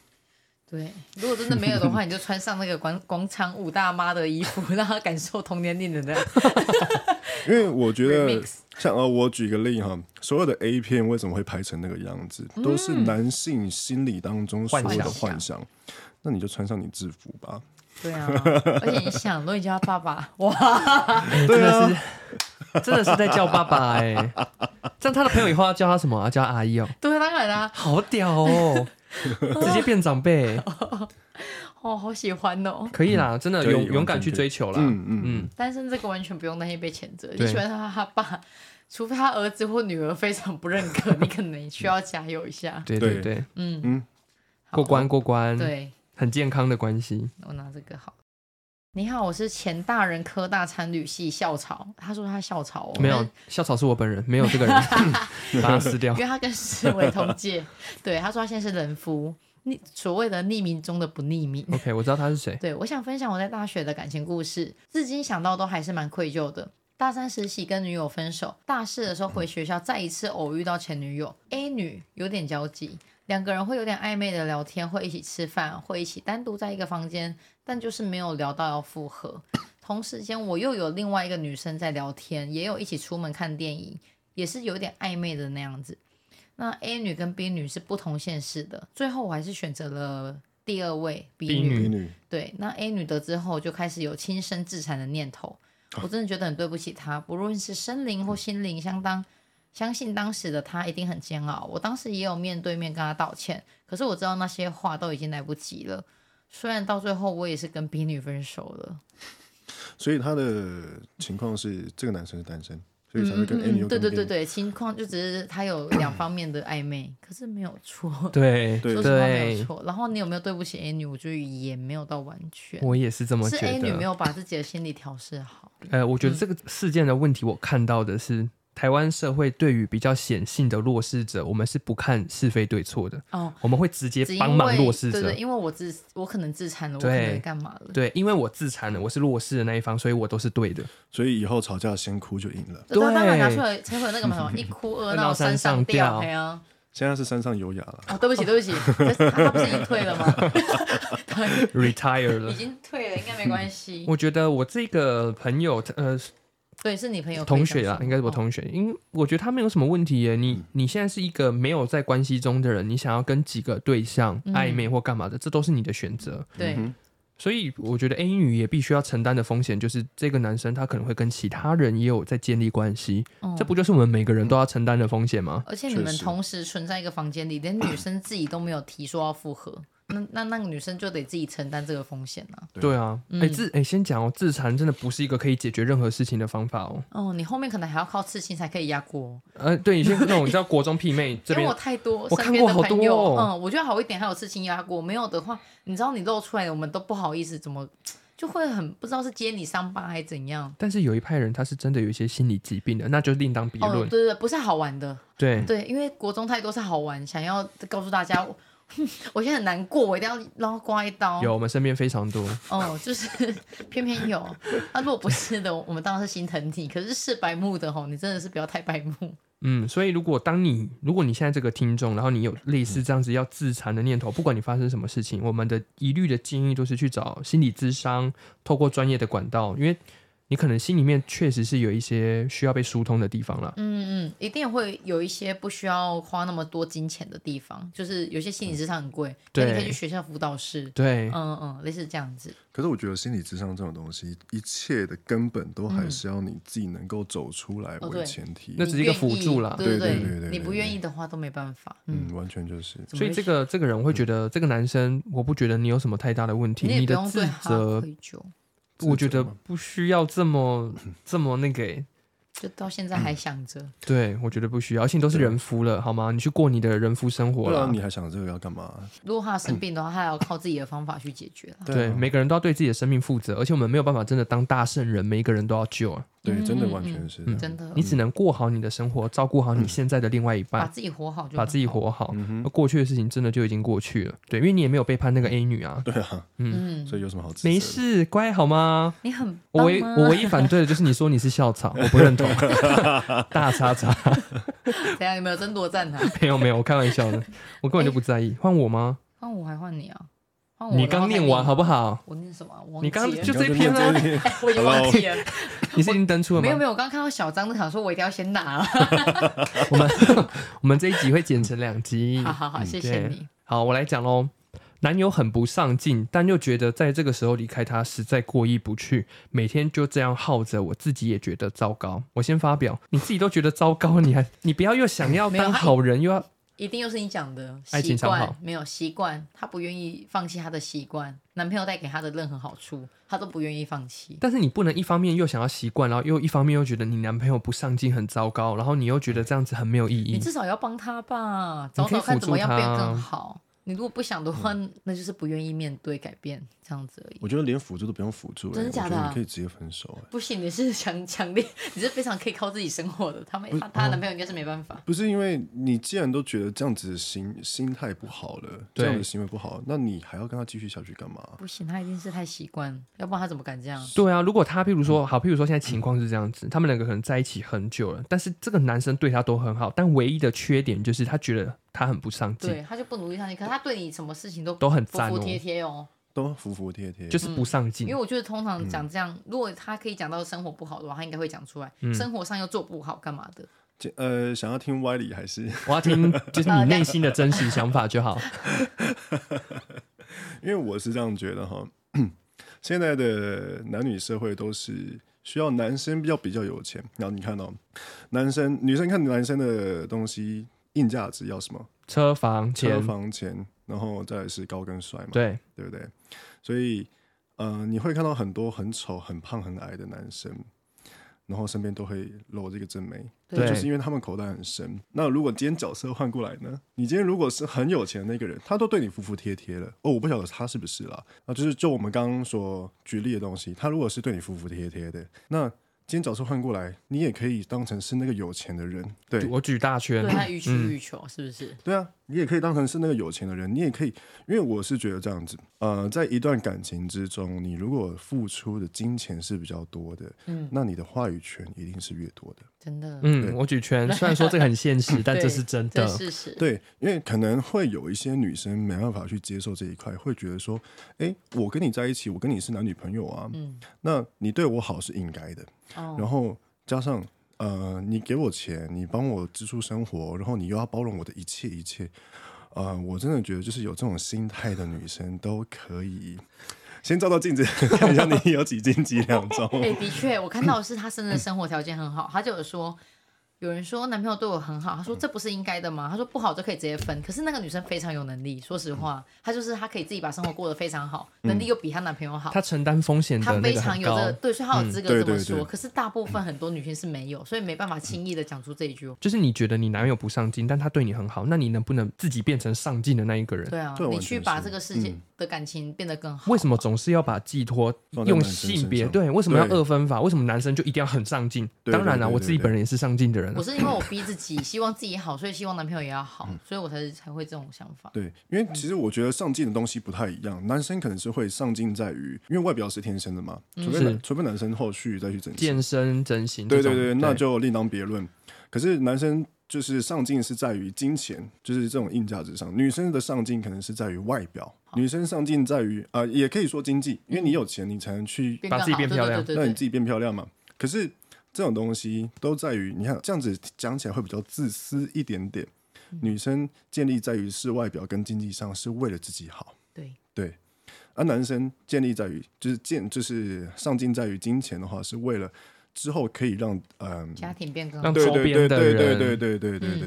对，如果真的没有的话，你就穿上那个广广场舞大妈的衣服，让她感受同年龄的那
因为我觉得
Remix，
像呃，我举个例哈，所有的 A 片为什么会拍成那个样子，都是男性心理当中所有
幻
嗯
的
想
幻想。那你就穿上你制服吧。
对啊，而且你想，如果你叫他爸爸，哇，
真
啊
的是，真的是 在叫爸爸欸哎、这样他的朋友以后要叫他什么啊？叫他阿姨哦，
对，当然啦、
好屌哦！直接变长辈，
哦，好喜欢哦。
可以啦，真的
可以
勇
完全
勇敢去
可以
追求啦。
嗯嗯嗯，
嗯，
单身这个完全不用担心被谴责，你
对
喜欢他他爸，除非他儿子或女儿非常不认可，你可能需要加油一下。
对嗯对
对
对，
嗯
嗯
好
过关过关，，
对，
很健康的关系。
我拿这个好。你好，我是前大人科大参旅系校草，他说他校草哦，
没有，校草是我本人，没有这 个人， 把他撕掉
因。为他跟世伟同届， 对，他说他现在是人夫，匿所谓的匿名中的不匿名。
OK，我知道他是谁。
对，我想分享我在大学的感情故事，至今想到都还是蛮愧疚的。大三实习跟女友分手，大四的时候回学校，再一次偶遇到前女友 A 女，有点交集，两个人会有点暧昧的聊天，会一起吃饭，会一起单独在一个房间，但就是没有聊到要复合。同时间，我又有另外一个女生在聊天，也有一起出门看电影，也是有点暧昧的那样子。那 A 女跟 B 女是不同县市的，最后我还是选择了第二位
B 女
美女，
对，那 A 女得知后就开始有轻生自残的念头，
哦
我真的觉得很对不起她，不论是身灵
嗯
或心灵相当。相信当时的她一定很煎熬，我当时也有面对面跟她道歉，可是我知道那些话都已经来不及了。虽然到最后我也是跟 B 女分手了，
所以他的情况是这个男生是单身，所以才会
嗯
跟 A
嗯，
女又
对对
跟 B
对
女。
对，情况就只是她 有两方面的暧昧，可是没有错，
对
对
说实话没有
对，
错。然后你有没有对不起 A 女？我觉得也没有到完全，
我也是这么
是
觉
A 女没
得。
有嗯把自己的心理调试好。
呃，我觉得这个事件的问题，我看到的是台湾社会对于比较显性的弱势者，我们是不看是非对错的，
哦，
我们会直接
只因
帮忙
为
弱势
对
者
对，。因为我自我可能自残了，我可
对
能干嘛了？
对，因为我自残了，我是弱势的那一方，所以我都是对的。
所以以后吵架先哭就赢了。
对，当然拿
对
出来才会有那个什 么，一哭二
二闹
闹
三
三
上
上
吊
吊，哎呀，
现在是山上优雅了，
哦，对不 起，对不起，这是他他不是已经退了吗？
Retire 了
已，经退了，应该没关系。
我觉得我这个朋友，呃，
对，是你朋友
同学啊啦，应该是我
学。
同学，因为我觉得他没有什么问题耶。你你现在是一个没有在关系中的人，你想要跟几个对象
嗯
暧昧或干嘛的，这都是你的选择。
对，
所以我觉得 A 女也必须要承担的风险，就是这个男生他可能会跟其他人也有在建立关系，
嗯
这不就是我们每个人都要承担的风险吗？
而且你们
确实
同时存在一个房间里，连女生自己都没有提说要复合，那那那个女生就得自己承担这个风险了。
对
对啊，哎、
嗯
自哎、先讲哦，自残真的不是一个可以解决任何事情的方法哦。
哦，你后面可能还要靠刺青才可以压过哦。
呃，对，你像那种你知道国中媲妹这
因为
边
我，太多，
我
身
看
边
过
的
好
朋
多
友，
哦
嗯，我觉得好一点，还有刺青压过，没有的话，你知道你露出来，我们都不好意思，怎么就会很不知道是揭你伤疤还是怎样。
但是有一派人他是真的有一些心理疾病的，那就另当别
哦，
论
对。对对，不是好玩的，
对，
对，因为国中太多是好玩，想要告诉大家， 我我现在很难过，我一定要让他刮一刀。
有，我们身边非常多。
哦，就是 偏偏有。那、如果不是的，我们当然是心疼你。可是是白目的吼，你真的是不要太白目。
嗯，所以如果当你如果你现在这个听众，然后你有类似这样子要自残的念头，不管你发生什么事情，我们的一律的建议都是去找心理咨商，透过专业的管道，因为你可能心里面确实是有一些需要被疏通的地方啦。
嗯嗯，一定会有一些不需要花那么多金钱的地方，就是有些心理智商很贵，那你可以
对
去学校辅导室，
对
嗯，嗯，类似这样子。
可是我觉得心理智商这种东西，一切的根本都还是要你自己能够走出来
哦
为
对
前提。
那只是一个辅助啦
你愿意对
对对对
对，
对
你不
对
愿意的话都没办法，嗯
嗯，，完全就是
怎么
所以
会
这个这个人会觉得这个男生，我不觉得你有什么太大的问题，
你
你
也
的
不用
自
对他
责，
愧疚，
我觉得
自责吗
不需要这么这么那个欸、
就到现在还想 着，
对我觉得不需要，而且你都是人夫了，好吗？你去过你的人夫生活
不
了
啊然。你还想这个要干嘛？
如果他生病的话，他还要靠自己的方法去解决啦。
对，
啊
每个人都要对自己的生命负责，而且我们没有办法真的当大圣人，每一个人都要救啊。
对，真的
嗯
完
嗯
全是
嗯
真的
你只能过好你的生活，照顾好
嗯
你现在的另外一
把
半，
自己活好就
把
很
自己
好，
活好。而过去的事情真的就已经过去了，对，因为你也没有背叛那个 A 女啊，
嗯，
所以有什么好自责的？
没事，乖好吗？
你很
我
棒啊
唯
吗
我唯一反对的就是你说你是校草，我不认 同，大叉叉，
怎样？有没有争夺战啊？
没有没有，我开玩笑的，我根本就不在意。换我吗？
换我还换你啊？换我，
你
然后
刚
再
念完好不好？
我念什么啊？我忘
你刚
记了
就
你刚
这篇啊
刚就 念这
我已经忘记了。
你是已经登出了
没有
吗
没？有，我刚看到小张，就想说我一定要先 拿。
我们我们这一集会剪成两集。
好好好，谢谢
嗯对
你。
好，我来讲喽。男友很不上进，但又觉得在这个时候离开他实在过意不去，每天就这样耗着，我自己也 觉得糟糕。我先发表，你自己都觉得糟糕，你还你不要又想要
没有啊
当
他一
好人，又要
一定又是你讲的
爱
习
情长跑
惯，没有习惯，她不愿意放弃她的习惯，男朋友带给她的任何好处，她都不愿意放弃。
但是你不能一方面又想要习惯，然后又一方面又觉得你男朋友不上进很糟糕，然后你又觉得这样子很没有意
你
义。
至少要帮她吧，
你
找
可以
找看
辅
怎么
助啊嗯
样
她
变更好。你如果不想的话，那就是不愿意面对改变这样子而已。
我觉得连辅助都不用辅助、欸，
真的假的
我觉
啊
得你可以直接分手、欸。
不行，你是强强烈， 你是非常可以靠自己生活的。他们她
嗯
她男朋友应该是没办法。
不是因为你既然都觉得这样子的心心态不好了，
对
这样的行为不好，那你还要跟他继续下去干嘛？
不行，他一定是太习惯，要不然他怎么敢这样？
对啊，如果他譬如
嗯
说好，譬如说现在情况是这样子，他们两个可能在一起很久了，但是这个男生对她都很好，但唯一的缺点就是他觉得她很不上进，
对，他就不努力上进，可是他对你什么事情都
都很
服
赞
服
哦，嗯
帖帖哦。
都服服帖帖，
就是不上进
因为。我觉得通常讲这样，如果他可以讲到生活不好的话，他应该会讲出来。生活上又做不好，干嘛的？
这呃，想要听歪理还是
我要听就是你内心的真实想法就好。
因为我是这样觉得哈，现在的男女社会都是需要男生比较比较有钱，然后你看到、哦男生女生看男生的东西硬价值要什么？
车房
车
钱，
房钱，然后再来是高跟帅嘛，
对，
对不对？所以呃，你会看到很多很丑、很胖、很矮的男生，然后身边都会露这个正妹，
对
就是因为他们口袋很深。那如果今天角色换过来呢？你今天如果是很有钱的那个人，他都对你服服帖帖了。哦，我不晓得他是不是啦。啊，就是就我们刚刚所举例的东西，他如果是对你服服帖帖的，那今天角色换过来，你也可以当成是那个有钱的人，对，
我举大圈
对，他予取予求，是不是？
对啊，你也可以当成是那个有钱的人，你也可以，因为我是觉得这样子，呃，在一段感情之中，你如果付出的金钱是比较多的，嗯，那你的话语权一定是越多的，
真的，
嗯，我举圈，虽然说这个很现实，但
对
这是真
这
的。
是事实。
对，因为可能会有一些女生没办法去接受这一块，会觉得说，哎，我跟你在一起，我跟你是男女朋友啊，
嗯，
那你对我好是应该的，然
哦，
后加上呃，你给我钱，你帮我支出生活，然后你又要包容我的一切一切，呃，我真的觉得就是有这种心态的女生都可以先照照镜子看一下你有几斤几两重。
哎，的确，我看到的是他真的生活条件很好，他就有说。有人说男朋友对我很好，他说这不是应该的吗？他说不好就可以直接分。可是那个女生非常有能力，说实话，她就是她可以自己把生活过得非常好，能力又比她男朋友好。
他承担风险的
她
那
非
个
常
很
有这个
高，
对，所以她有资格
对
这么
对
说。
对
可是大部分很多女性是没有，所以没办法轻易的讲出这一句。
就是你觉得你男朋友不上进，但他对你很好，那你能不能自己变成上进的那一个人？
对啊
对，
你
完
去
全
把
是
这个世界
嗯
的感情变得更好。
为什么总是要把寄托
放在
用
男生
性别？
身上
对，为什么要
对
二分法？为什么男生就一定要很上进？
对
当然了、
对对
我自己
对对
本人也是上进的人啊、
我是因为我逼自己，希望自己好，所以希望男朋友也要好，所以我才是才会这种想法。
对，因为其实我觉得上进的东西不太一样，男生可能是会上进在于，因为外表是天生的嘛，除非
是
男除非男生后续再去整形，
健身、整形这
对
种，
对对，那就另当别论。可是男生就是上进是在于金钱，就是这种硬价值上；女生的上进可能是在于外表，女生上进在于啊、呃也可以说经济，因为你有钱，你才能去
变
把自
更
己
好
变
对
漂
对
亮
嗯对
让
对
你
对
自己变漂亮嘛。可是这种东西都在于，你看这样子讲起来会比较自私一点点。
嗯
女生建立在于是外表跟经济上是为了自己好，
对，
对。而、男生建立在于就是建就是上进在于金钱的话，是为了之后可以让嗯、
家庭变更
让
好。
周
对
边
对对
的人嗯
对对对对对对对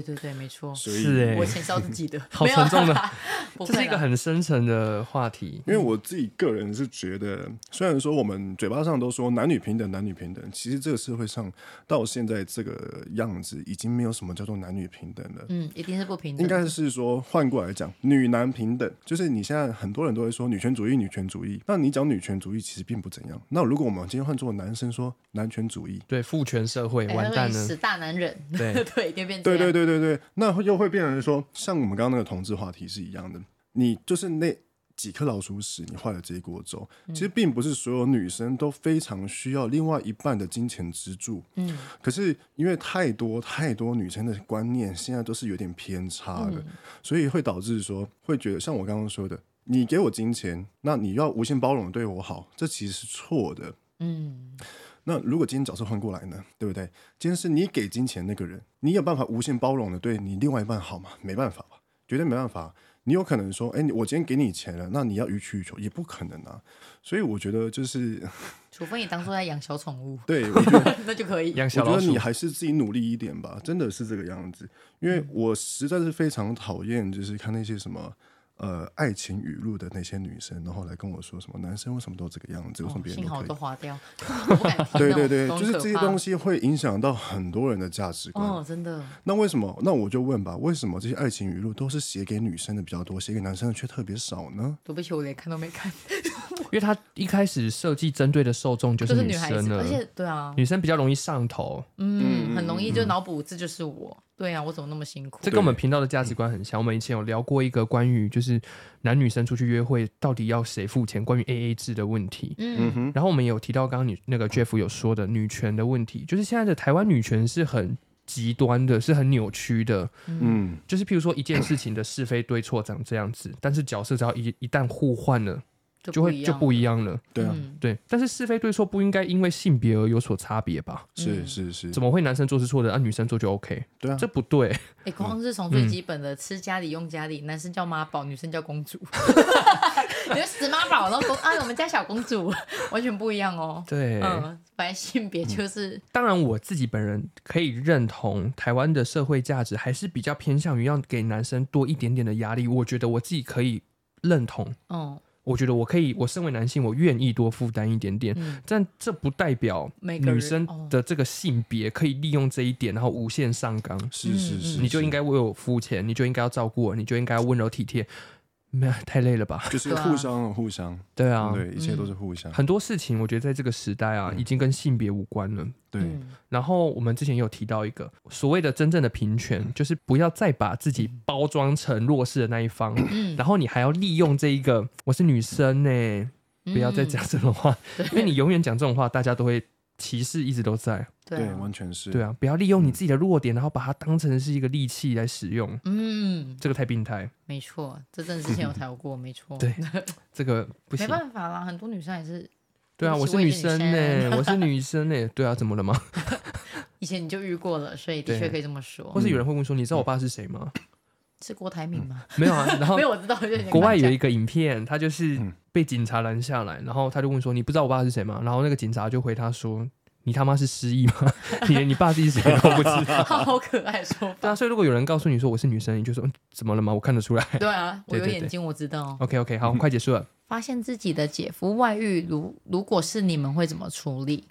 对对对，没错，
所以
是哎、
我钱是要自己的，
好
没有
沉重的
啦，不
这是
会
一个
啦。
很深层的话题。
因为我自己个人是觉得，虽然说我们嘴巴上都说男女平等，男女平等，其实这个社会上到现在这个样子，已经没有什么叫做男女平等了。
嗯，一定是不平
应
等。
该是说换过来讲，女男平等，就是你现在很多人都会说女权主义，女权主义。那你讲女权主义其实并不怎样。那如果我们今天换做男生说男权主义，
对父权社会
哎
完
他说
蛋
你
了
死，大男人，
对
对，一定变这
对
样。
对对对对，那会又会变成说，像我们刚刚那个同志话题是一样的，你就是那几颗老鼠屎，你坏了这一锅粥。
嗯
其实并不是所有女生都非常需要另外一半的金钱支柱，
嗯，
可是因为太多太多女生的观念现在都是有点偏差
嗯
的，所以会导致说会觉得像我刚刚说的，你给我金钱，那你要无限包容地对我好，这其实是错的。
嗯，
那如果今天角色换过来呢，对不对？今天是你给金钱那个人，你有办法无限包容的对你另外一半好吗？没办法吧，绝对没办法。啊你有可能说，哎、你我今天给你钱了，那你要予取予求，也不可能啊。所以我觉得就是，
除非你当做在养小宠物，
对我觉得
那就可以。
养
我
小
觉
老
得
鼠
你，还是自己努力一点吧，真的是这个样子。因为我实在是非常讨厌，就是看那些什么呃爱情语录的那些女生，然后来跟我说什么男生为什么都这个样子，为什么别人
哦幸好
都
我都划
可以？
掉，我不敢听。
对对对，就是这些东
西。
西会影响到很多人的价值观。
哦，真的，
那为什么？那我就问吧，为什么这些爱情语录都是写给女生的比较多，写给男生的却特别少呢？
对不起，我连看都没看，
因为他一开始设计针对的受众就
就是女孩
生
子，
了，
而且对啊，
女生比较容易上头，
嗯，很容易就脑补这就是我，对啊，我怎么那么辛苦？
这跟我们频道的价值观很像。我们以前有聊过一个关于就是男女生出去约会到底要谁付钱，关于 A A 制的问题。
嗯
然后我们也有提到刚刚女那个 Jeff 有说的女权的问题，就是现在的台湾女权是很极端的，是很扭曲的。
嗯，
就是譬如说一件事情的是非对错长这样子，但是角色只要一一旦互换了，就
不
会
一
就
样
不一样了。
对啊，
嗯
对，但是是非对错不应该因为性别而有所差别吧？
是是是，
怎么会男生做是错的，啊女生做就 OK？
对啊
这，不对。
哎，
嗯
光是从最基本的吃家里用家里，男生叫妈宝，女生叫公主， 你就死妈宝，然后公啊，我们家小公主完全不一样哦。
对
嗯，反正性别就是
当然我自己本人可以认同台湾的社会价值还是比较偏向于要给男生多一点点的压力，我觉得我自己可以认同。
嗯，
我觉得我可以，我身为男性，我愿意多负担一点点，
嗯
但这不代表
每个人
女生
哦
的这个性别可以利用这一点，然后无限上纲。
是是是，
你就应
该
该为我付钱，你就应该要照顾我，你就应该要温柔体贴。没有太累了吧？
就是
对啊
互相互相，
对啊，
对，一切都是互相，
很多事情我觉得在这个时代啊，已经跟性别无关了。
对，
嗯
然后我们之前也有提到一个所谓的真正的平权，就是不要再把自
嗯
己包装成弱势的那一方， 然后你还要利用这一个我是女生呢、不要
嗯
再讲这种话，因为你永远讲这种话，大家都会歧视，一直都在。
对
对，
啊
完全是，
对啊，不要利用你自己的弱点，然后把它当成是一个利器来使用，
嗯，
这个太病态。
没错，这真的之前有谈过，没错，
嗯对，这个不
没
行。
办法啦，很多女生也是，
对啊，
对
我
不起
是女生呢、
我也是女生
我 是女生呢、对啊，怎么了吗？
以前你就遇过了，所以的
对啊
确可以这么说
或。是有人会问说，你知道我爸是谁 吗？
是郭台铭吗？
没有啊，然后
没有，我知道，我就想
国外有
讲
一个影片，他就是被警察拦下来，然后他就问说：“你不知道我爸是谁吗？”然后那个警察就回他说：“你他妈是失忆吗？ 你连你爸是谁都不知道。
好可爱的说”
对
法
啊，。所以如果有人告诉你说我是女生，你就说嗯怎么了吗？我看得出来。
对啊，我
对
有
对
眼
对嗯
睛，我知道。
OK OK，好，快结束了。
发现自己的姐夫外遇，如如果是你们会怎么处理？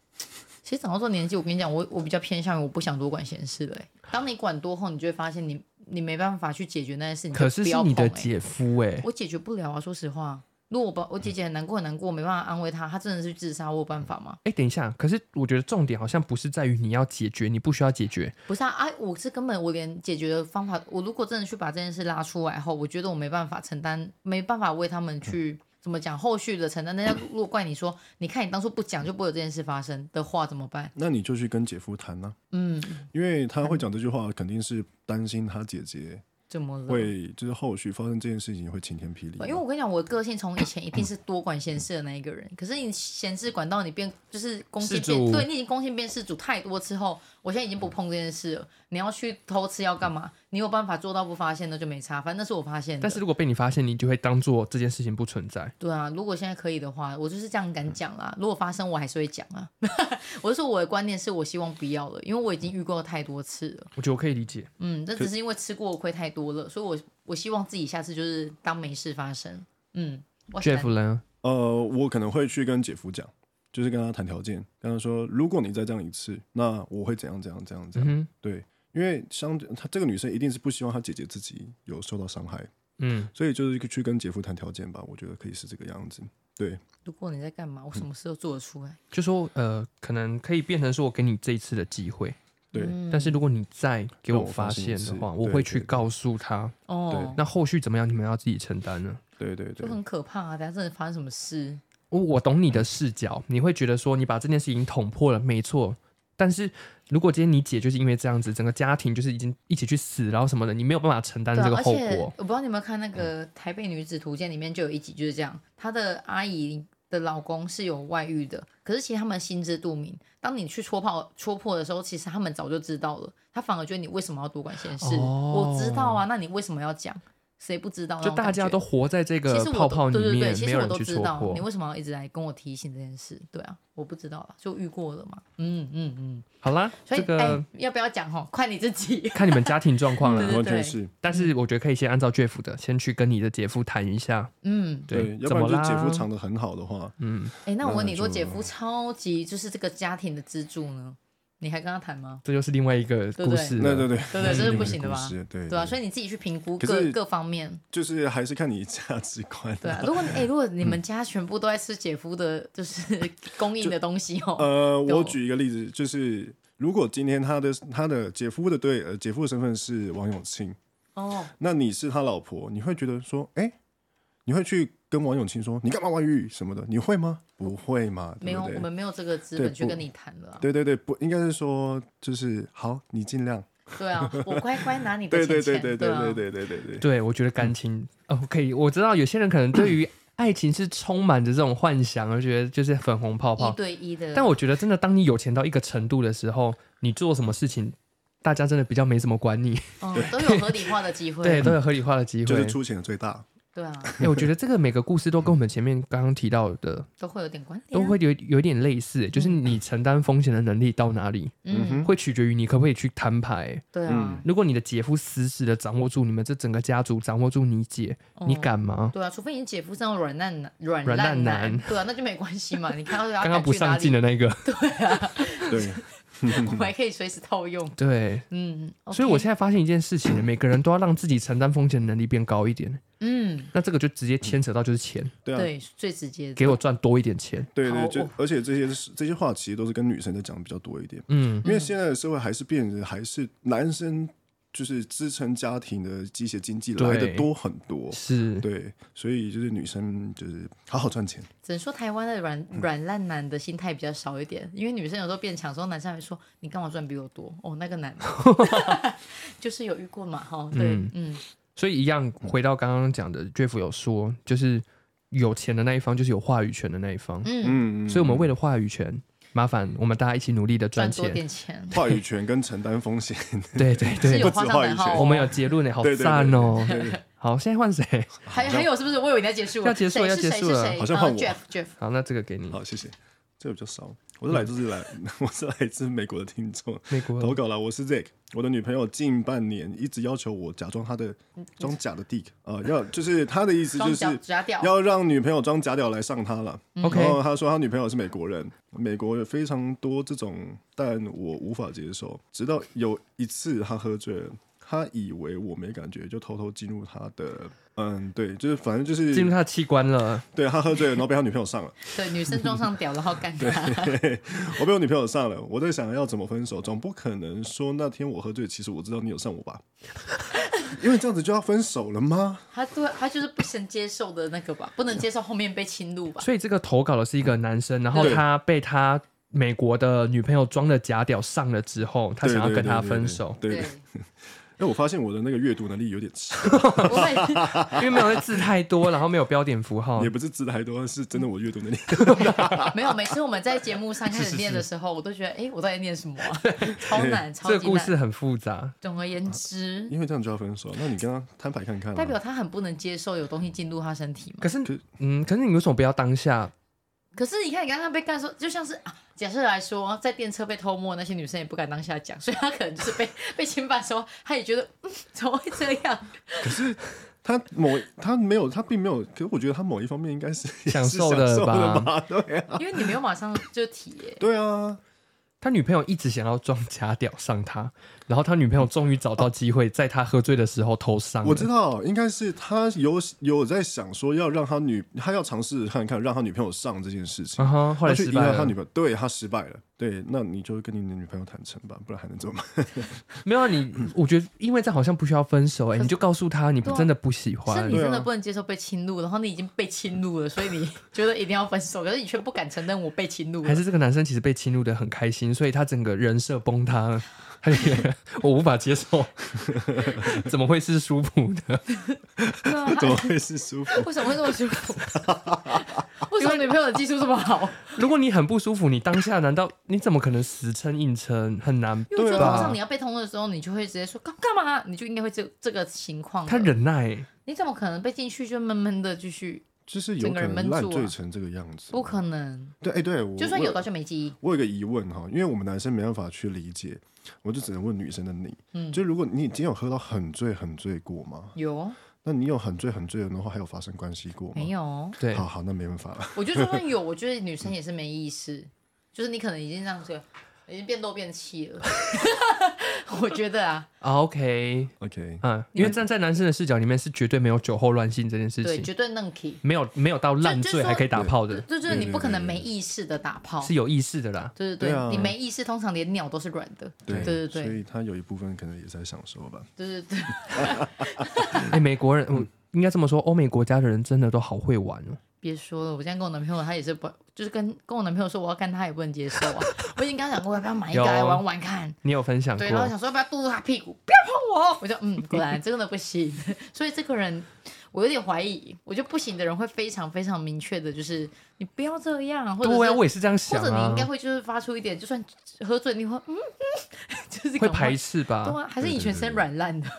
其实长到这个年纪，我跟你讲，我我比较偏向于我不想多管闲事了、欸。当你管多后，你就会发现你你没办法去解决那件事，你就
可是
不
是
要
你的
碰欸
姐夫哎、
我解决不了啊。说实话，如果我把我姐姐很难过很难过，我没办法安慰她，她真的是自杀，我有办法吗？
哎、等一下，可是我觉得重点好像不是在于你要解决，你不需要解决。
不是啊，啊，我是根本我连解决的方法，我如果真的去把这件事拉出来后，我觉得我没办法承担，没办法为他们去怎么讲后续的承担。那要如果怪你说，你看你当初不讲就不会有这件事发生的话，怎么办？
那你就去跟姐夫谈呐、
嗯，
因为他会讲这句话，肯定是担心他姐姐
怎么了？
会就是后续发生这件事情会晴天霹雳嘛。
因为我跟你讲，我的个性从以前一定是多管闲事的那一个人。可是你闲事管到你变，就是攻心
事主
变，对你已经攻心变事主太多之后，我现在已经不碰这件事了。你要去偷吃要干嘛？你有办法做到不发现那就没差，反正那是我发现的。
但是如果被你发现，你就会当做这件事情不存在。
对啊，如果现在可以的话，我就是这样敢讲啦。如果发生，我还是会讲啊。 我就说我的观念是我希望不要了，因为我已经遇过太多次了。
我觉得我可以理解。
嗯，这只是因为吃过的亏太多了，所以我我希望自己下次就是当没事发生。嗯，我
哦
喜欢
Jeff 呢？
呃，我可能会去跟姐夫讲，就是跟他谈条件，跟他说，如果你再这样一次，那我会怎样怎样怎样怎
嗯
样。
哼，
对，因为相她这个女生一定是不希望她姐姐自己有受到伤害，
嗯，
所以就是去跟姐夫谈条件吧。我觉得可以是这个样子。对，
如果你在干嘛，我
嗯
什么事都做得出来。
就说呃，可能可以变成说我给你这一次的机会。
对，
嗯
但是如果你再给
嗯让
我
我
发
发现
现
一
的
次
话，我
对
会
对
去
对
告诉他。
哦，
那后续怎么样，你们要自己承担呢？
对对
就
对，
很可怕啊！等下真的发生什么事？
我我懂你的视角，你会觉得说你把这件事情捅破了，没错。但是如果今天你姐就是因为这样子，整个家庭就是已经一起去死，然后什么的，你没有办法承担
对、
这
啊，
个
而
后
且
果。嗯
我不知道你有没有看那个《台北女子图鉴》里面就有一集就是这样，她的阿姨的老公是有外遇的，可是其实他们心知肚明。当你去戳破戳破的时候，其实他们早就知道了，他反而觉得你为什么要多管闲事？
哦
我知道啊，那你为什么要讲？谁不知道那
就
种感
大
觉？
家都活在这
其
个
实我
泡
都
泡里
对对对，
面，
其
没
实
有
我
人
都
去
知
戳
道，
破
你。为什么要一直来跟我提醒这件事？对啊，我不知道啦，就遇过了嘛。嗯嗯嗯，
好啦，
所以
这
哎、嗯
个
要不要讲哈？ 快你自己。
看你们家庭状况
对
了
对。
完全是
但是我觉得可以先按照 Jeff 的，先去跟你的姐夫谈一下，
嗯，
对，
要
怎
不
么
然就
啦？
是姐夫藏的很好的话，
嗯，
哎、那我问你，
那
如果
就
姐夫超级就是这个家庭的支柱呢，你还跟他谈吗？
这就是另外一个
对
故事了。
那对对
对 对，这是
另
不
外一个
行的吧
故？事对
对啊，所
以
以你自己去评估
可
各
是
各方面。
就是还是看你价值观。
对啊，如果你哎、如果
嗯
你们家全部都在吃姐夫的，就是 供应的东西哦，
呃，
对我
我举一个例子，就是如果今天他的他的姐夫的对呃姐夫的身份是王永庆，
哦，
那你是他老婆，你会觉得说，哎、你会去跟王永庆说你干嘛外遇什么的，你会吗？不会嘛，
没
对
有，
不
我
对？
们没有这个资
对
本去
不
跟你谈了啊、
对对对，不应该是说就是好，你尽量。
对 啊，我乖乖拿你的
对
钱
对
钱，
对对对
啊
对对对对对。
对，我觉得感情、哦，可以。我知道有些人可能对 于爱情是充满着这种幻想，而觉得就是粉红泡
一
泡。
对一的。
但我觉得真的，当你有钱到一个程度的时候，你做什么事情，大家真的比较没怎么管你，
哦，都有合理化的机 会。
对，都有合理化的机
就
会
是。出钱的最大，
对啊，
哎、我觉得这个每个故事都跟我们前面刚刚提到 的
都会有点观点
都
啊。
会有有点类似，就是你承担风险的能力到哪里，
嗯
嗯，
哼，
会取决于你可不可以去摊牌。
对啊
嗯，
如果你的姐夫死死的掌握住你们这整个家族，掌握住你姐，你
哦？
敢吗？
对啊，除非你姐夫这种软烂男、软
软
烂
烂
男
男，
对啊，那就没关 系嘛。你看到他
刚刚
敢
不
去哪
上进
里，
的那 个，
对，啊
我们还可以随时套用。
对。
嗯，
所以我
OK
现在发现一件事情，每个人都要让自己承担风险的能力变高一点。
嗯，
那这个就直接牵扯到就是钱，
对啊，
对，最直接的。
给我赚多一点钱。
对
好
对，就
我
而且这些这些话其实都是跟女生在讲比较多一点，
嗯，
因为现在的社会还是变得还是男生就是支撑家庭的机械经济来的
对
多很多，
是。
对，所以就是女生就是好好赚钱，
只能说台湾的软
嗯
软烂男的心态比较少一点，因为女生有时候变强的时候，男生还会说你干嘛赚比我多？哦，那个男 的，就是有遇过嘛，哈，对，
嗯
嗯，
所以一样回到刚刚讲的，Jeff 有说，就是有钱的那一方就是有话语权的那一方。
嗯，
所以我们为了话语权，麻烦我们大家一起努力的
赚
赚
多
钱。
点钱，
话语权跟承担风险，
对对
是
对
有
不
花
止
上
话
等
语
号、
权
哦。
我们有结论呢，欸好
对对对
赞哦！
对对
好，现在换谁？
还还有是不是？我以为你要结束了，
要结束
谁
要
是
结
谁
束
是
了
谁
好像换
呃
我
Jeff Jeff，
好，那这个给你。
好，谢谢，这个比较少，我是来自来， 我是来自美国的听众
美国
投稿了，我是 Zack，我的女朋友近半年一直要求我假装她的 装假的 Dick，呃，要就是她的意思就
双脚
是。
夹掉，
要让女朋友装假屌来上他了。
OK
然后他说他女朋友是美国人，美国有非常多这种，但我无法接受。直到有一次他喝醉了，他以为我没感觉，就偷偷进入他的，嗯，对，就是反正就
进入
是
他的器官了。
对他喝醉了，然后被他女朋友上了，
对，女生装上屌，然后干他，
我被我女朋友上了，我在想要怎么分手，总不可能说那天我喝醉，其实我知道你有上我吧， 因为这样子就要分手了吗？
他对他就是不能接受的那个吧，不能接受后面被侵入吧。
所以这个投稿的是一个男生，然后
对
他被他美国的女朋友装了假屌上了之后，他想要跟他分手，
对，对对对对因为我发现我的那个阅读能力有点差。
对，我会
因为没有字太多，然后没有标点符号
也。不是字太多，是真的我阅读能力。
没有。每次我们在节目上开始念的时候，我都觉得，哎，我到底念什么啊？超难，超
这个
级
故
难。
事很复杂，
总而言之，
因为这样就要分手，那你跟他摊牌看看、啊。
代表他很不能接受有东西进入他身体嘛。
可是
可
嗯，可是你为什么不要当下？
可是你看，你刚刚被干说，就像是啊，假设来说，在电车被偷摸，那些女生也不敢当下讲，所以她可能就是被被侵犯的时候，她也觉得，嗯，怎么会这样？
他某他没有，他并没有。可是我觉得他某一方面应该是
享
也是
受的
享受
吧
的吧？ 对啊，
因为你没有马上就提耶、
对啊，
他女朋友一直想要装假屌上他，然后他女朋友终于找到机会，在他喝醉的时候偷上了。
我知道，应该是他有有在想说要让他女，他要尝试看看让他女朋友上这件事情。
嗯哼，后来
啊他去
失
迎
败
合他
了
女。朋友，对他失败了。对，那你就跟你的女朋友坦诚吧，不然还能怎么办？
没有啊你，我觉得因为这好像不需要分手哎、你就告诉他你不
对啊
真的不喜欢
是你，真
对
的
啊
不能接受被侵入，然后你已经被侵入了，所以你 觉得一定要分手，可是你却不敢承认我被侵入了
还是这个男生其实被侵入的很开心，所以他整个人设崩塌 了，他就觉得我无法接受， 怎么会是舒服的？
对啊
怎么会是舒服？
为什么会这么舒服？为什么女朋朋友的技术这么好，
如果你很不舒服，你当下难道你怎么可能死撑硬撑？很难
因为我觉得
对啊
通常你要被通的时候，你就会直接说干干嘛，你就应该会这这个情况了。
他忍耐、欸
你怎么可能被进去就闷闷的继续？
就是有
整个
可
人
能
闷
烂
住啊
醉成这个样子。
不可能，
对，哎、对，我
就算
我
有的就没记忆。
我有个疑问哈，因为我们男生没办法去理解，我就只能问女生的你。
嗯
就如果你已经有喝到很醉很醉过吗？
有
那你有很醉很醉的，然后还有发生关系过吗？
没。有？
对，
好好，那没办法了。
我觉得就算有，我觉得女生也是没意识，就是你可能已经这样子，已经变豆变气了。 我觉得啊，
啊 OK，
OK，
嗯，因为站在男生的视角里面是绝对没有酒后乱性这件事
对，
情，
绝对嫩 key，
没有没有到烂
就
醉
就是说
还可以打炮的，
就就是你不可能没意识的打炮。
是有意识的啦。
对对对，
对啊
你没意识，通常连鸟都是软的。对对
所
对
以他有一部分可能也在享受吧。
对对对，
哎、美国人，嗯，应该这么说，欧美国家的人真的都好会玩哦。
别说了，我现在跟我男朋友，他也是不，就是跟跟我男朋友说我要干，他也不能接受啊。 我已经跟他讲过，要不要买一个
有
来玩玩看？
你有分享过
对，？然后想说要不要嘟嘟他屁股，不要碰我。 我就嗯，果然真的不行。 所以这个人，我有点怀疑，我就不行的人会非常非常明确的，就是你不要这样，或者
对啊，
是
我也是这样
或
想
者你
啊
应该。会就是发出一点，就算喝醉你会嗯嗯， 就是
会
赶快
排斥吧
对？啊，还是你全身软烂的？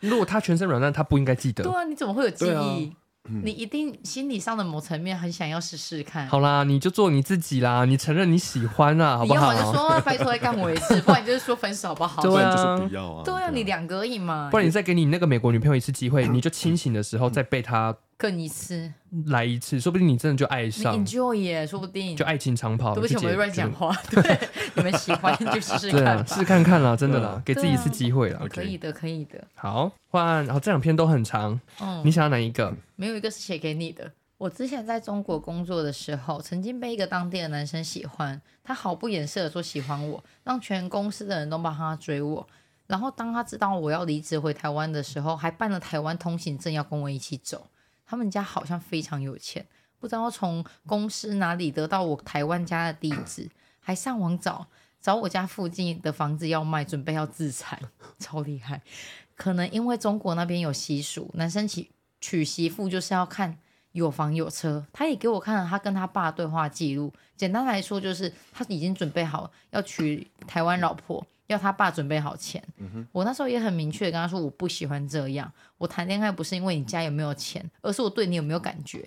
如果他全身软烂，他不应该记得
对。啊，你怎么会有记
对啊
忆？你一定心理上的某层面很想要试试看。
嗯好啦，你就做你自己啦，你承认你喜欢啦，好
你
不
要么就
好？
说啊拜托再干我一次，不然你就是说分手好不好？
对啊
不然就是不要啊。
对啊，你两个而已嘛，
不然你再给你那个美国女朋友一次机会，你就清醒的时候再被他
更一次，
来一次，说不定你真的就爱
你
上，
enjoy 耶，说不定
就。爱情长跑。
对不起，
就
我
解
们乱讲话。对，你们喜欢就试 试
对啊
看，
试
吧。
看嗯看啦，真的啦
对，
给自己一次机会啦。
OK
可以的，可以的。
好，换，好，这两篇都很长，
嗯
你，想要哪一个？
没有一个是写给你的。我之前在中国工作的时候，曾经被一个当地的男生喜欢，他毫不掩饰的说喜欢我，让全公司的人都帮他追我。然后当他知道我要离职回台湾的时候，还办了台湾通行证要跟我一起走。他们家好像非常有钱，不知道从公司哪里得到我台湾家的地址，还上网找找我家附近的房子要卖，准备要自产，超厉害。可能因为中国那边有习俗，男生娶娶媳妇就是要看有房有车。他也给我看了他跟他爸对话记录，简单来说就是他已经准备好要娶台湾老婆，要他爸准备好钱。我那时候也很明确地跟他说，我不喜欢这样。我谈恋爱不是因为你家有没有钱，而是我对你有没有感觉。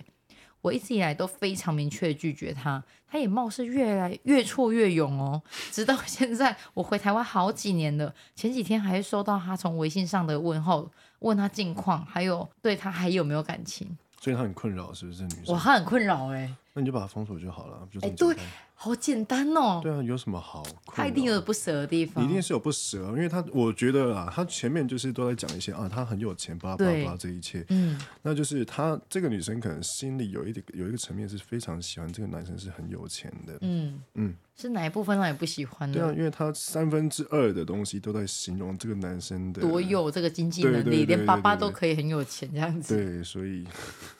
我一直以来都非常明确地拒绝他，他也貌似越来越挫越勇哦。直到现在，我回台湾好几年了，前几天还收到他从微信上的问候，问他近况，还有对他还有没有感情。
所以他很困扰，是不是女
哇，
生？
他很困扰哎、
那你就把他封锁就好了，不就
哎、
这么简
对
单？，
好简单哦，
对啊，有什么好？
他一定有。不舍的地方
你一，定是有不舍，哦因为他，我觉得啊，他前面就是都在讲一些啊，他很有钱，巴拉巴拉
对
巴拉这一切，
嗯，
那就是她这个女生可能心里有一点有一个层面是非常喜欢这个男生是很有钱的，
嗯
嗯
是哪一部分让你不喜欢
对啊，
的？
因为她三分之二的东西都在形容这个男生的
多，有这个经济
对
能
对
力，
对对
连爸爸
对对
都可以很有钱这样子。
对，所以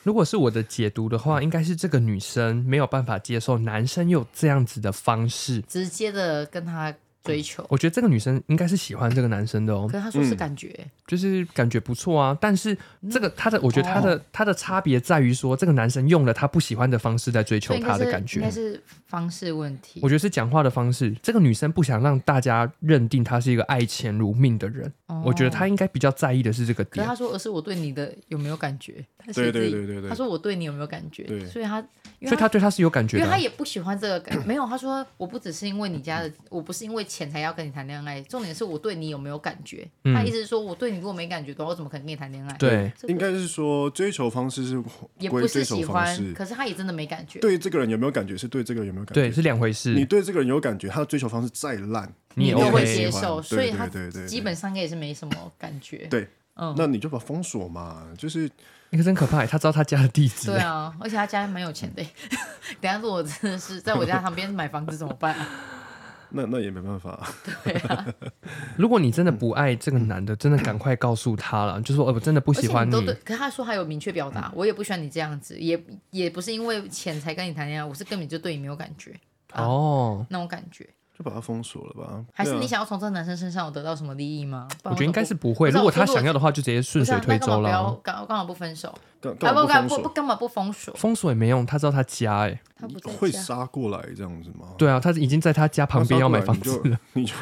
如果是我的解读的嗯话，应该是这个女生没有办法接受男生有这样子的方式。
直接的跟他追求。
嗯
我觉得这个女生应该是喜欢这个男生的哦
可，是他说是感觉，
就是感觉不错啊。但是这个她的，我觉得她的她的差别在于说，这个男生用了他不喜欢的方式在追
所
求
以应
她
该
的
是
感觉
应该。是方式问题
我。觉得是讲话的方式。这个女生不想让大家认定她是一个爱钱如命的人，我
哦
觉得她应该比较在意的哦是这个
可是
点
他。说，而是我对你的有没有感觉？他写
对对
自己
对对对
他说我对你有没有感觉？
对
所以他，因
所以
为他
她对她是有感觉
因为
的
他
啊、
也不喜欢这个感， 没有，他说我不只是因为你家的，我不是因为钱才要跟你谈恋爱，重点是我对你有没有感觉。
嗯
他意思是说，我对你如果没感觉的话，我怎么可能跟你谈恋爱？，
对，
这个
应该是说追求方式是
也
归
不
追
是
求
喜
方
欢，
式，
可是他也真的没感觉。
对这个人有没有感觉是对这个人有没有感
对
觉，
是两回
你
事。
对这个人有感觉，他的追求方式再烂，
你也
都会
OK，
接受，
对
所以
对
他
对对对
基本上应该也是没什么感觉。
对，
嗯，
那你就把他封锁嘛，就是
那个真可怕欸，她知道她家的地址
对
欸。
啊，而且他家蛮有钱的 欸。等一下如果真的是在我家旁边买房子怎么办啊？
那那也没办法，
欸如果你真的不爱这个男的，真的赶快告诉他了，就说呃我真的不
而
喜
且
欢
你
你嗯
都。对，可是他说他有明确表达，我也不喜欢你这样子，也也不是因为钱才跟你谈恋爱，我是根本就对你没有感觉，啊
哦，
那种感觉。
就把它封锁了吧？
还是
对啊
你想要从这个男生身上有得到什么利益吗？
我
不然
觉得应该是
为
不会。
不是啊
如果他
我说如果
想要的话，就直接顺
什
水
么不
推舟
不是啊那干嘛
啦。
不要干干嘛不分手？
干干
啊不
嘛
干
不
不
封
不
锁？
干嘛不封锁？
封锁也没用，他知道他家哎、
他不在
会
家
杀过来这样子吗？
对啊，他已经在他家旁边要买房子了。
你就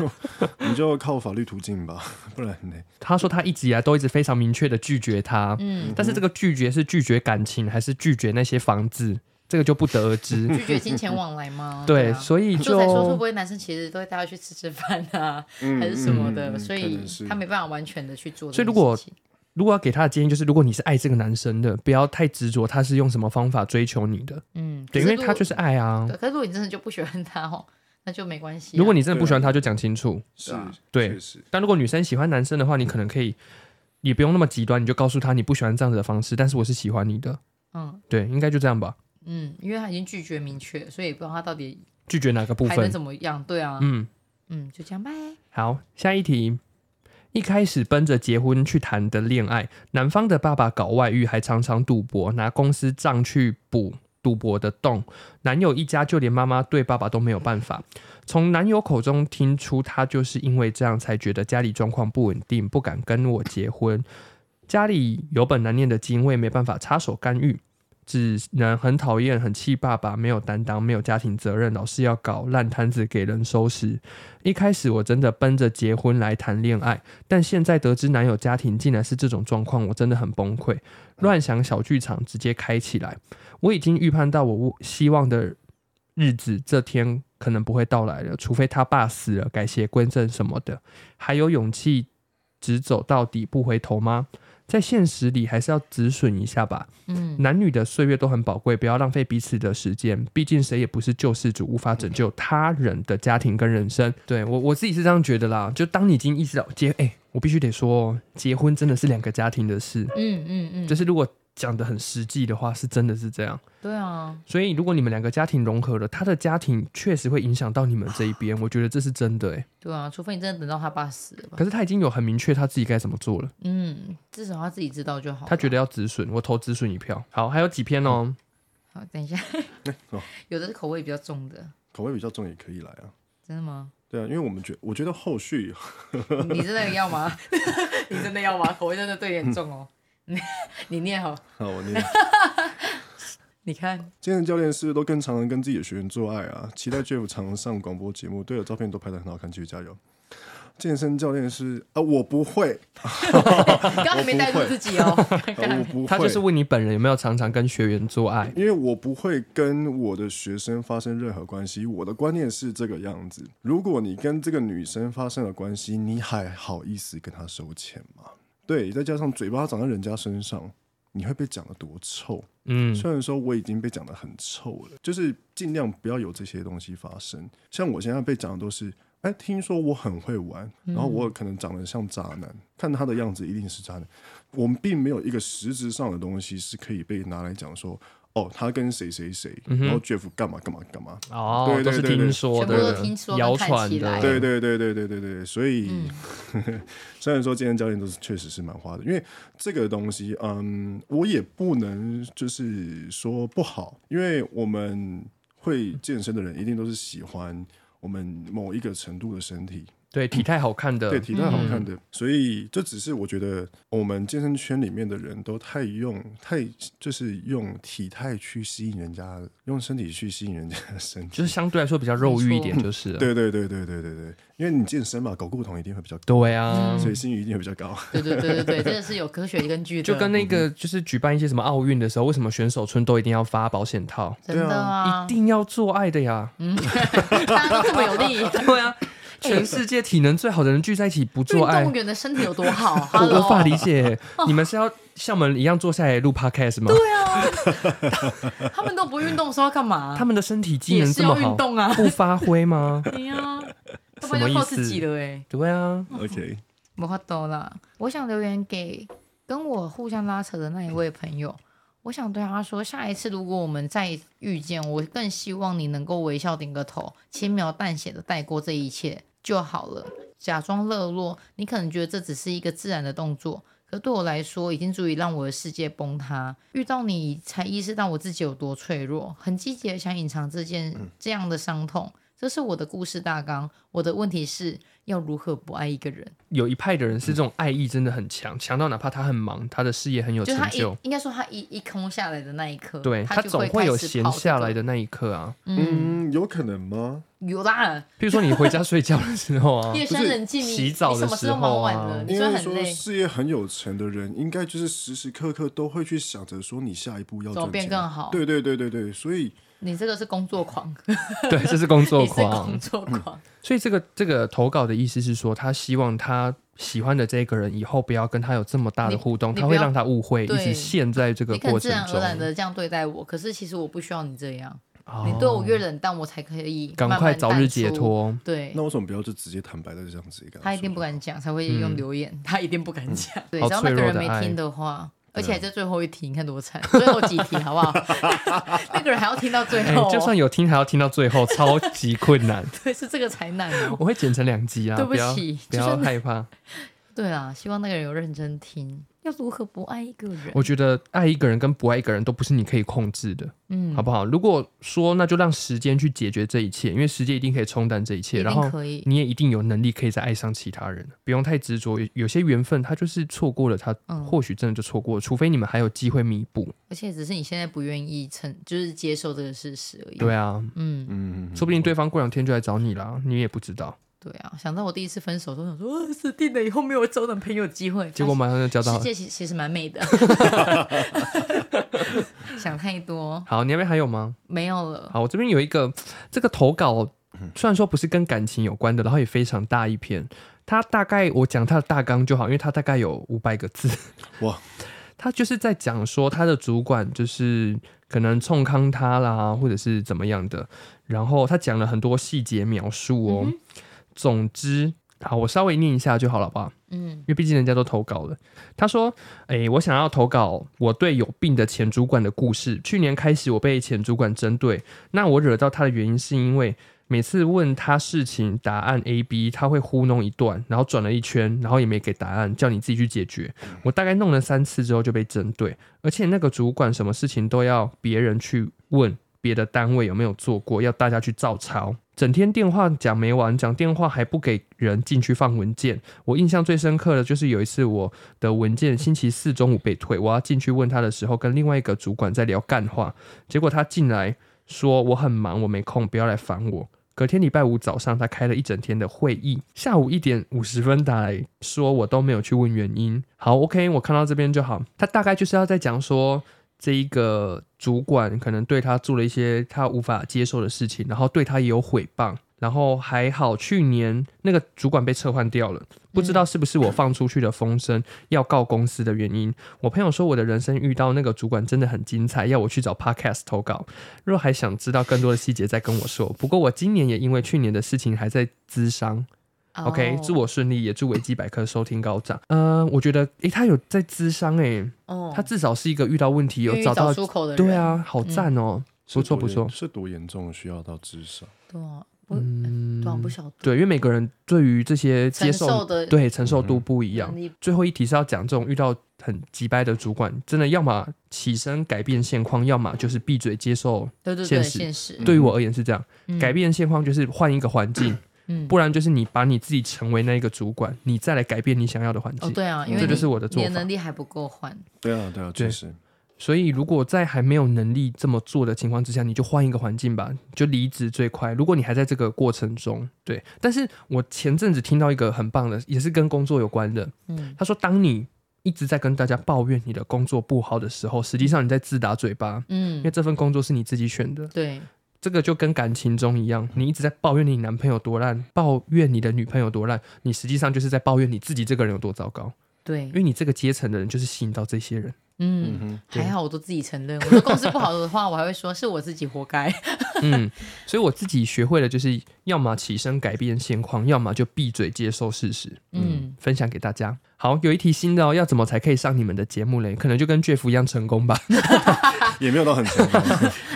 你就靠法律途径吧， 不然呢？
他说他一直以来都一直非常明确的拒绝他，
嗯，
但是这个拒绝是拒绝感情还是拒绝那些房子，这个就不得而知。
嗯
拒绝金钱往来 吗？
对，
啊
所以
就才说会
就
不会男生其实都会带他去吃吃饭啊，
嗯
还是什么的，
嗯嗯嗯
所
可
以
能是
他没办法完全的去
所
做这
以
件事情。
如果如果要给他的建议就是，如果你是爱这个男生的，不要太执着他是用什么方法追求你的，
嗯，
对，因
可
为他
如
就是爱啊。
对，可是如果你真的就不喜欢他哦，那就没关系啊、
如果你真的不
对啊
喜欢他，就讲清楚。
是
对啊，
对
确实，
但如果女生喜欢男生的话，你可能可以也不用那么极端，你就告诉他你不喜欢这样子的方式，但是我是喜欢你的。
嗯
对，应该就这样吧。
嗯，因为他已经拒绝明确，所以也不知道他到底
拒绝哪个部
还能
分？
怎么样。对啊，
嗯，
嗯，就这样拜。
好，下一题。一开始奔着结婚去谈的恋爱，男方的爸爸搞外遇，还常常赌博，拿公司账去补赌博的洞。男友一家就连妈妈对爸爸都没有办法。从男友口中听出，他就是因为这样才觉得家里状况不稳定，不敢跟我结婚。家里有本难念的经，我也没办法插手干预，只能很讨厌、很气爸爸没有担当、没有家庭责任，老是要搞烂摊子给人收拾。一开始我真的奔着结婚来谈恋爱，但现在得知男友家庭竟然是这种状况，我真的很崩溃。乱想小剧场直接开起来，我已经预判到我希望的日子这天可能不会到来了，除非他爸死了改邪归正什么的。还有勇气直走到底不回头吗？在现实里还是要止损一下吧。
嗯，
男女的岁月都很宝贵，不要浪费彼此的时间。毕竟谁也不是救世主，无法拯救他人的家庭跟人生。嗯对我我自己是这样觉得啦。就当你已经意识到结，哎、我必须得说哦，结婚真的是两个家庭的事。
嗯嗯嗯，
就是如果讲的很实际的话，是真的是这样。
对啊，
所以如果你们两个家庭融合了，他的家庭确实会影响到你们这一边，我觉得这是真的、欸。
对啊，除非你真的等到他爸死了吧。
可是他已经有很明确他自己该怎么做了，
嗯，至少他自己知道就好了。
他觉得要止损，我投止损一票。啊好，还有几篇哦、
好，等一下，有的是口味比较重的，
口味比较重也可以来啊。
真的吗？
对啊，因为我们觉我觉得后续
你真的要吗？你真的要吗？口味真的对严重哦。你你念好，
啊，我念
你看，
今天的教练是不是都更常常跟自己的学员做爱啊？期待 Jeff 常上广播节目，对啊了，照片都拍得很好看，继续加油。健身教练是啊，我 不会，
刚刚还没带入自己哦。
啊、我不会，
他就是问你本人有没有常常跟学员做爱。
因为我不会跟我的学生发生任何关系，我的观念是这个样子：如果你跟这个女生发生了关系，你还好意思跟她收钱吗？对，再加上嘴巴长在人家身上，你会被讲得多臭。
嗯，
虽然说我已经被讲得很臭了，就是尽量不要有这些东西发生。像我现在被讲的都是，哎，听说我很会玩，然后我可能长得像渣男，看他的样子一定是渣男。我们并没有一个实质上的东西是可以被拿来讲说，哦，他跟谁谁谁，然后 Jeff 干嘛干嘛干嘛。
哦，
对对
都是
对对
听说
全部
的，
都听说跟
谣传
看起
的，
来
对对对对对对对，所以、 虽然说健身教练都是确实是蛮花的，因为这个东西，嗯，我也不能就是说不好，因为我们会健身的人一定都是喜欢我们某一个程度的身体，
对体态好看的，
对体态好看的，所以这只是我觉得我们健身圈里面的人都太用太就是用体态去吸引人家，用身体去吸引人家的身体。
就是相对来说比较肉欲一点，就是了
对对对对对对对，因为你健身嘛，搞固酮一定会比较高，
对
嗯
啊。
所以性欲一定会比 较高。
对对对对对，这个是有科学根据的。
就跟那个就是举办一些什么奥运的时候，为什么选手村都一定要发保险套？
真的啊
一，定要做爱的呀！
嗯大家都这么有力，
对啊，全世界体能最好的人聚在一起不
运
做爱
动，员的身体有多好？
我
Hello
无法理解。 你们是要像我们一样坐下来录 podcast 吗？
对啊，他们都不运动的时候要干嘛？
他们的身体机
也
能
是
这么
要运
好，
动啊，
不发挥吗？
对 啊，要
什么
不
意思
然就靠自己了哎，
对啊，
OK，
没法懂啦。我想留言给跟我互相拉扯的那一位朋友。我想对他说，下一次如果我们再遇见，我更希望你能够微笑点个头，轻描淡写的带过这一切就好了，假装热络。你可能觉得这只是一个自然的动作，可对我来说，已经足以让我的世界崩塌。遇到你，才意识到我自己有多脆弱，很积极的想隐藏这件这样的伤痛，这是我的故事大纲。我的问题是要如何不爱一个人？
有一派的人是这种爱意真的很强，强到哪怕他很忙，他的事业很有
就
成
他一
就，
应该说他一一空下来的那一刻，
对
他就
总
会
会有
开始
闲
跑
下来
这
的那一刻啊。
嗯，有可能吗？
个，有啦，
譬如说你回家睡觉的时候 啊，
夜深人静，你
洗澡
你
的
什么事
时
都忙
候
完
啊
了，你
应
虽然
该
很
说
累，
事业很有成的人，应该就是时时刻刻都会去想着说你下一步要
怎么
赚
变
钱
更好
对对对对对，所以
你这个是工作 狂，
对，这是工作
你是
狂
工。作
嗯
狂，
所以这个这个投稿的意思是说，他希望他喜欢的这个人以后不要跟他有这么大的互动，
你
他
不
会
要
让他误会，一
对
直陷在这个
你可能
过
自
程
然而
中。
然的这样对待我，可是其实我不需要你这样，
哦
你对我越冷淡，我才可以
赶
慢
快
慢
早
淡
日解
出。
脱。
对
那，为什么不要就直接坦白的这样子一个？
他一定不敢讲，才会用留言，他一定不敢讲。对，
嗯好
只要那
脆
个
弱
人
的
没
爱啊
听的话。而且还在最后一题，你看多惨！最后几题好不 好？那个人还要听到最
哎、
后哦、
就算有听，还要听到最 后，超级困难。
对是这个才难哦。
我会剪成两集啊，
对不
要
起
不
就
要
算
害怕。
对啊，希望那个人有认真听。要如何不爱一个人？
我觉得爱一个人跟不爱一个人都不是你可以控制的，
嗯
好，不好？如果说那就让时间去解决这一切，因为时间一定可以冲淡这一切，
一
然
定
后嗯
可以。
你也一定有能力可以再爱上其他人，不用太执着。有有些缘分，他就是错过了他，
嗯
或许真的就错过了，除非你们还有机会弥补。
而且只是你现在不愿意承，就是接受这个事实而已。
对啊，
嗯，
嗯，
说不定对方过两天就来找你啦，你也不知道。
对啊。想到我第一次分手，都想说， 啊死定了，以后没有找到朋友机会。
结果马上就交
世
到了。
界其其实蛮 美的，想太多，
好，你那边还有吗？
没有了。
好，我这边有一个这个投稿，虽然说不是跟感情有关的，然后也非常大一篇。它大概我讲它的大纲就好，因为它大概有五百个字。
哇！
他就是在讲说他的主管就是可能冲康他啦，或者是怎么样的。然后他讲了很多细节描述哦。
嗯
总之，好，我稍微念一下就好了吧。
嗯
因为毕竟人家都投稿了。他说：“诶，我想要投稿我对有病的前主管的故事。去年开始，我被前主管针对，那我惹到他的原因是因为每次问他事情，答案 A、B，他会糊弄一段，然后转了一圈，然后也没给答案，叫你自己去解决。我大概弄了三次之后就被针对，而且那个主管什么事情都要别人去问。”别的单位有没有做过，要大家去照抄。整天电话讲没完，讲电话还不给人进去放文件，我印象最深刻的就是有一次我的文件星期四中午被退，我要进去问他的时候，跟另外一个主管在聊干话，结果他进来说我很忙，我没空，不要来烦我。隔天礼拜五早上，他开了一整天的会议，下午一点五十分打来说我都没有去问原因。好，OK，我看到这边就好。他大概就是要在讲说。这一个主管可能对他做了一些他无法接受的事情，然后对他也有诽谤，然后还好去年那个主管被撤换掉了，不知道是不是我放出去的风声要告公司的原因。我朋友说我的人生遇到那个主管真的很精彩，要我去找 podcast 投稿。若还想知道更多的细节，再跟我说。不过我今年也因为去年的事情还在咨商。OK，
哦
祝我顺利，也祝维基百科收听高涨。嗯、我觉得诶、他有在咨商诶、
哦，
他至少是一个遇到问题有
愿意
找到，
出口的人，嗯
对啊，好赞哦、不错不错
是多严重需要到智商？
对啊，不，对啊，不晓得
对，因为每个人对于这些嗯接
承
受
受的嗯
对承受度不一样
能。力
最后一题是要讲这种遇到很急掰的主管，真的要么起身改变现况，要么就是闭嘴接受。
对对
现
对，
实
现实，
对于我而言是这样，
嗯
改变现况就是换一个环境，
嗯
不然就是你把你自己成为那一个主管，你再来改变你想要的环
哦，
境。
对啊，因
嗯
为
这就
你
是我的做
你的
法
能。力还不够换，
对啊对啊，
对
确实。
所以，如果在还没有能力这么做的情况之下，你就换一个环境吧，就离职最快。如果你还在这个过程中，对。但是我前阵子听到一个很棒的，也是跟工作有关的，
嗯，
他说，当你一直在跟大家抱怨你的工作不好的时候，实际上你在自打嘴巴，因为
嗯，
这份工作是你自己选的。
对，
这个就跟感情中一样，你一直在抱怨你男朋友多烂，抱怨你的女朋友多烂，你实际上就是在抱怨你自己这个人有多糟糕。
对
因，为你这个阶层的人就是吸引到这些人。
嗯，
哼，
还好我都自己承认，我说公司不好的话，我还会说是我自己活 该，
嗯，所以我自己学会了，就是要么起身改变现况，要么就闭嘴接受事实。
嗯，
分享给大家。好，有一题新的哦，要怎么才可以上你们的节目嘞？可能就跟 Jeff 一样成功吧。
也没有到很成功。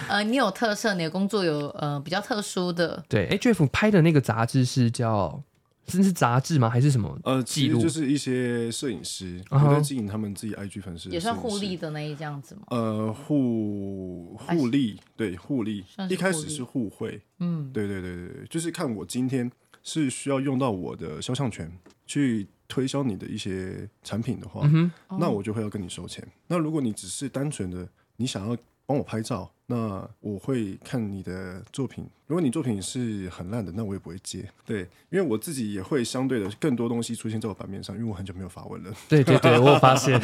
呃，你有特色，你的工作有呃比较特殊的，
对，哎，Jeff 拍的那个杂志是叫这是杂志吗？还是什么？
呃，
记
其
录
实就是一些摄影师
啊哈
有在经营他们自己 IG 粉丝，
也算互利。的那一这样子嘛。
呃，互
还是
互利，对互利
算，是
一开
互
始
利
是互惠，
嗯，
对对对对对，就是看我今天是需要用到我的肖像权去推销你的一些产品的话，
嗯
那我就会要跟你收钱。那如果你只是单纯的你想要帮我拍照，那我会看你的作品。如果你作品是很烂的，那我也不会接。对，因为我自己也会相对的更多东西出现在我版面上，因为我很久没有发文了。
哼，对对对，我有发现，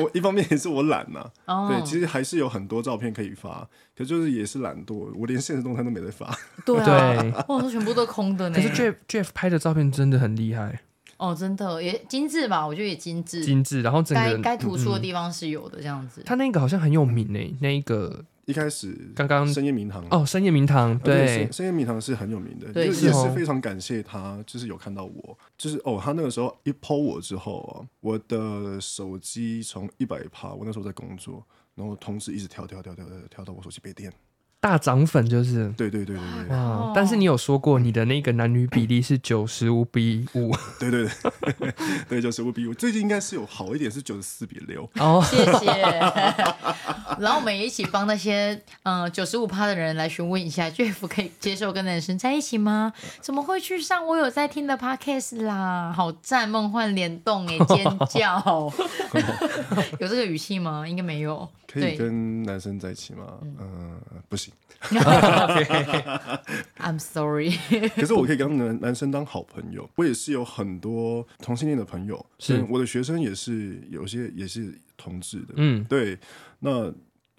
我一方面也是我懒呐、
哦，
对，其实还是有很多照片可以发，可就是也是懒惰，我连现实动态都没得发。
对啊，
对。
我说全部都空的呢。
可是 Jeff Jeff 拍的照片真的很厉害，
哦，真的也精致吧？我觉得也精致，
精致，然后整
该
个嗯
该突出的地方是有的这样子。
他那个好像很有名诶、那一个
一开始
刚刚
深夜名堂
哦，深夜名堂，
啊对，
对
深，深夜米堂是很有名的，
对
就是也
哦
是非常感谢他，就是有看到我，就是哦，他那个时候一 PO 我之后啊，我的手机从一百趴，我那时候在工作，然后同事一直跳跳跳跳跳跳到我手机被电，
大涨粉就是。
对对对对
哇
对
哦！
但是你有说过你的那个男女比例是九十五比五
对对对， 对就是五比五，最近应该是有好一点，是九十四比六，
哦，
谢谢。 然后我们也一起帮那些嗯九十五趴的人来询问一下，Jeff 可以接受跟男生在一起吗？怎么会去上我有在听的 podcast 啦？好赞，梦幻联动哎，尖 叫！有这个语气吗？应该没有。
可以
对
跟男生在一起吗？嗯、不行，
，I'm sorry。
可是我可以跟男男生当好朋友，我也是有很多同性恋的朋友，
是
嗯我的学生也是有些也是同志的，
嗯，
对，那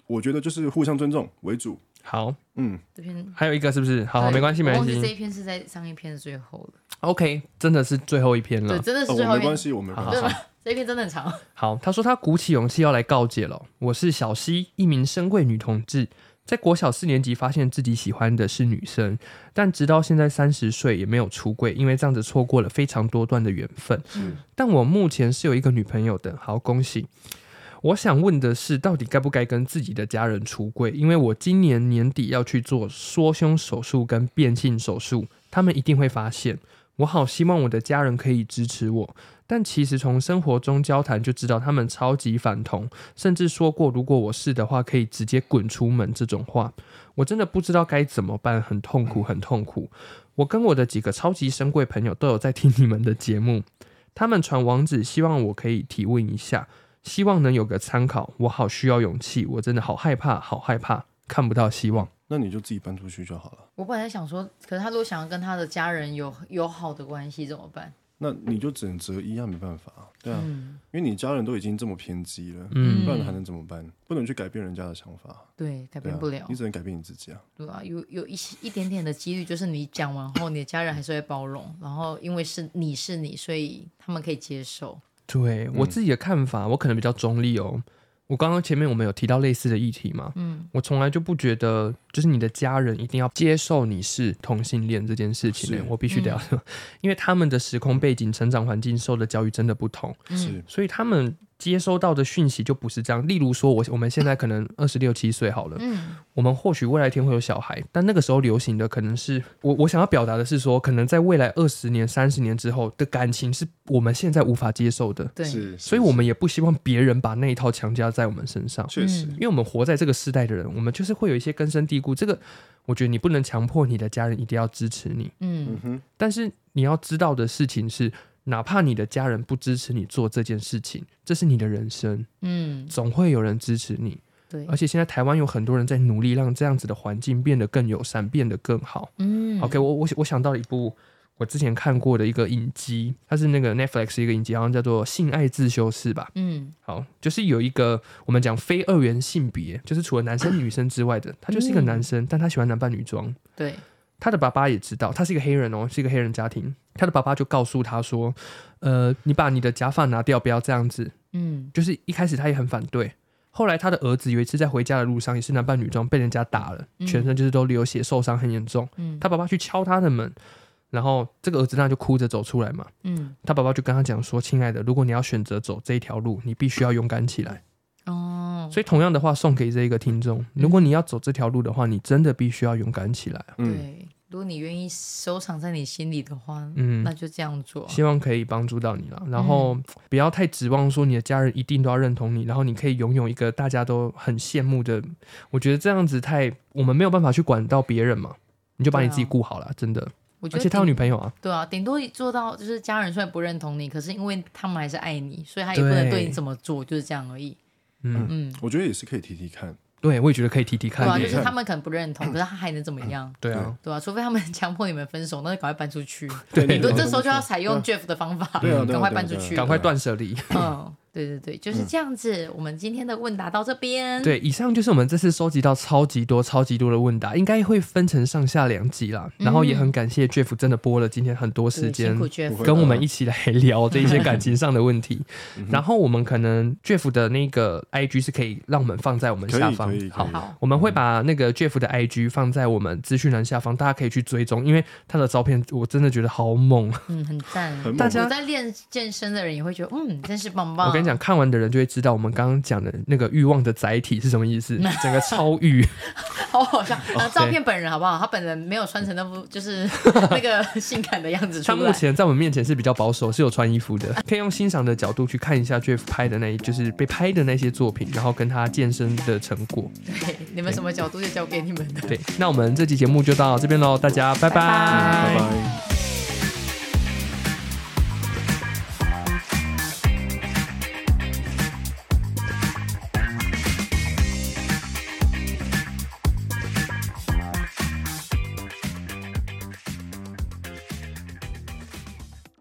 我觉得就是互相尊重为主。好，
好，
嗯，
这篇
还有一个是不是？好，
对
没关系，没
我
关
忘记这
系。
一篇是在上一篇的最后了。
OK，真的是最后一篇
对，
了。
真的是
哦，
最后
我
一
没
篇
关。系，我没关
嗯好
对
系。
吧？这一篇真的很长。
好，他说他鼓起勇气要来告解了。我是小溪，一名深贵女同志，在国小四年级发现自己喜欢的是女生，但直到现在三十岁也没有出柜，因为这样子错过了非常多段的缘分。
是
但我目前是有一个女朋友的，好恭喜。我想问的是，到底该不该跟自己的家人出柜？因为我今年年底要去做缩胸手术跟变性手术，他们一定会发现。我好希望我的家人可以支持我，但其实从生活中交谈就知道，他们超级反同，甚至说过如果我是的话，可以直接滚出门这种话。我真的不知道该怎么办，很痛苦，很痛苦。我跟我的几个超级深贵朋友都有在听你们的节目，他们传网址，希望我可以提问一下，希望能有个参考。我好需要勇气，我真的好害怕，好害怕，看不到希望。嗯
那你就自己搬出去就好了。
我本来想说，可是他如果想要跟他的家人有友好的关系怎么办？
那你就只能择一啊，没办法。对啊，
嗯，
因为你家人都已经这么偏激了，
嗯
不然还能怎么办？不能去改变人家的想法，
对，改
对
变
啊
不了，，
你只能改变你自己啊。
对啊，有有一些一点点的几率，就是你讲完后，你的家人还是会包容，然后因为是你是你，所以他们可以接受。
对我自己的看法，我可能比较中立哦。我刚刚前面我们有提到类似的议题嘛，
嗯，
我从来就不觉得就是你的家人一定要接受你是同性恋这件事情呢、欸
是
我必须得要，因为他们的时空背景、成长环境、受的教育真的不同。
嗯
是，
所以他们接收到的讯息就不是这样。例如说我，我们现在可能二十六七岁好了，
嗯，
我们或许未来一天会有小孩，但那个时候流行的可能是我我想要表达的是说，可能在未来二十年、三十年之后的感情是我们现在无法接受的，
对，
是，
所以我们也不希望别人把那一套强加在我们身上。
确实
嗯
因为我们活在这个世代的人，我们就是会有一些根深蒂固。这个，我觉得你不能强迫你的家人一定要支持你，
嗯
但是你要知道的事情是，哪怕你的家人不支持你做这件事情，这是你的人生，
嗯，
总会有人支持你。
对
而，且现在台湾有很多人在努力让这样子的环境变得更友善，变得更好。
嗯
OK，我我我想到一部我之前看过的一个影集，它是那个 Netflix 一个影集，好像叫做《性爱自修室》吧。
嗯，
好，就是有一个我们讲非二元性别，就是除了男生女生之外的，他就是一个男生，但他喜欢男扮女装。
对，
他的爸爸也知道，他是一个黑人哦，是一个黑人家庭。他的爸爸就告诉他说：“呃，你把你的假发拿掉，不要这样子。
嗯”
就是一开始他也很反对，后来他的儿子有一次在回家的路上，也是男扮女装，被人家打了，
嗯
全身就是都流血，受伤很严重。
嗯，
他爸爸去敲他的门，然后这个儿子那就哭着走出来嘛。
嗯，
他爸爸就跟他讲说：“亲爱的，如果你要选择走这一条路，你必须要勇敢起来。”
哦，嗯
所以同样的话送给这一个听众，如果你要走这条路的话，你真的必须要勇敢起来啊。
嗯，
对，如果你愿意收藏在你心里的话，
嗯
那就嗯这样做啊。
希望可以帮助到你了。然后不要太指望说你的家人一定都要认同你，然后你可以拥有一个大家都很羡慕的。我觉得这样子太，我们没有办法去管到别人嘛，你就把
对啊
你自己顾好了，真的。
我觉
而
得
且他有
顶
女朋友啊，
对啊，顶多做到就是家人虽然不认同你，可是因为他们还是爱你，所以他也不
对
能对你怎么做，就是这样而已。
嗯
嗯，
我觉得也是可以提提看。
对我也觉得可以提提
对啊，
看耶。
就是他们可能不认同，可是他还能怎么样？
对啊，
对啊，除非他们 强迫你们分手，那就赶快搬出去。
对
你都
对
这时候就要采用
对
Jeff 的方法，
对啊对啊对
赶
啊
快搬出去。
赶快断舍离。
嗯，对对对，就是这样子。我们今天的问答到这边。
对，以上就是我们这次收集到超级多、超级多的问答，应该会分成上下两集啦。然后也很感谢 Jeff 真的拨了今天很多
嗯对，
时间
辛苦 Jeff
不。会
跟我们一起来聊这一些感情上的问 题。
嗯
然后我们可能 Jeff 的那个 IG 是可以让我们放在我们
可以
下方
可以可以，
好。
好，
我们会把那个 Jeff 的 IG 放在我们资讯栏下方，大家可以去追踪，因为他的照片我真的觉得好猛。
嗯，很赞。
很猛
大家
有在练健身的人也会觉得，嗯，真是棒棒。
我跟你，讲，看完的人就会知道我们刚刚讲的那个欲望的载体是什么意 思，整个超欲。
好好笑。然后照片本人好不好？他本人没有穿成那副就是 那个性感的样子出
他目
来。
前在我们面前是比较保守，是有穿衣服的，可以用欣赏的角度去看一下 Jeff 拍的那，就是被拍的那些作品，然后跟他健身的成果。
对，你们什么角度就交给你们的。
对，那我们这期节目就到这边喽，大家拜拜
拜拜。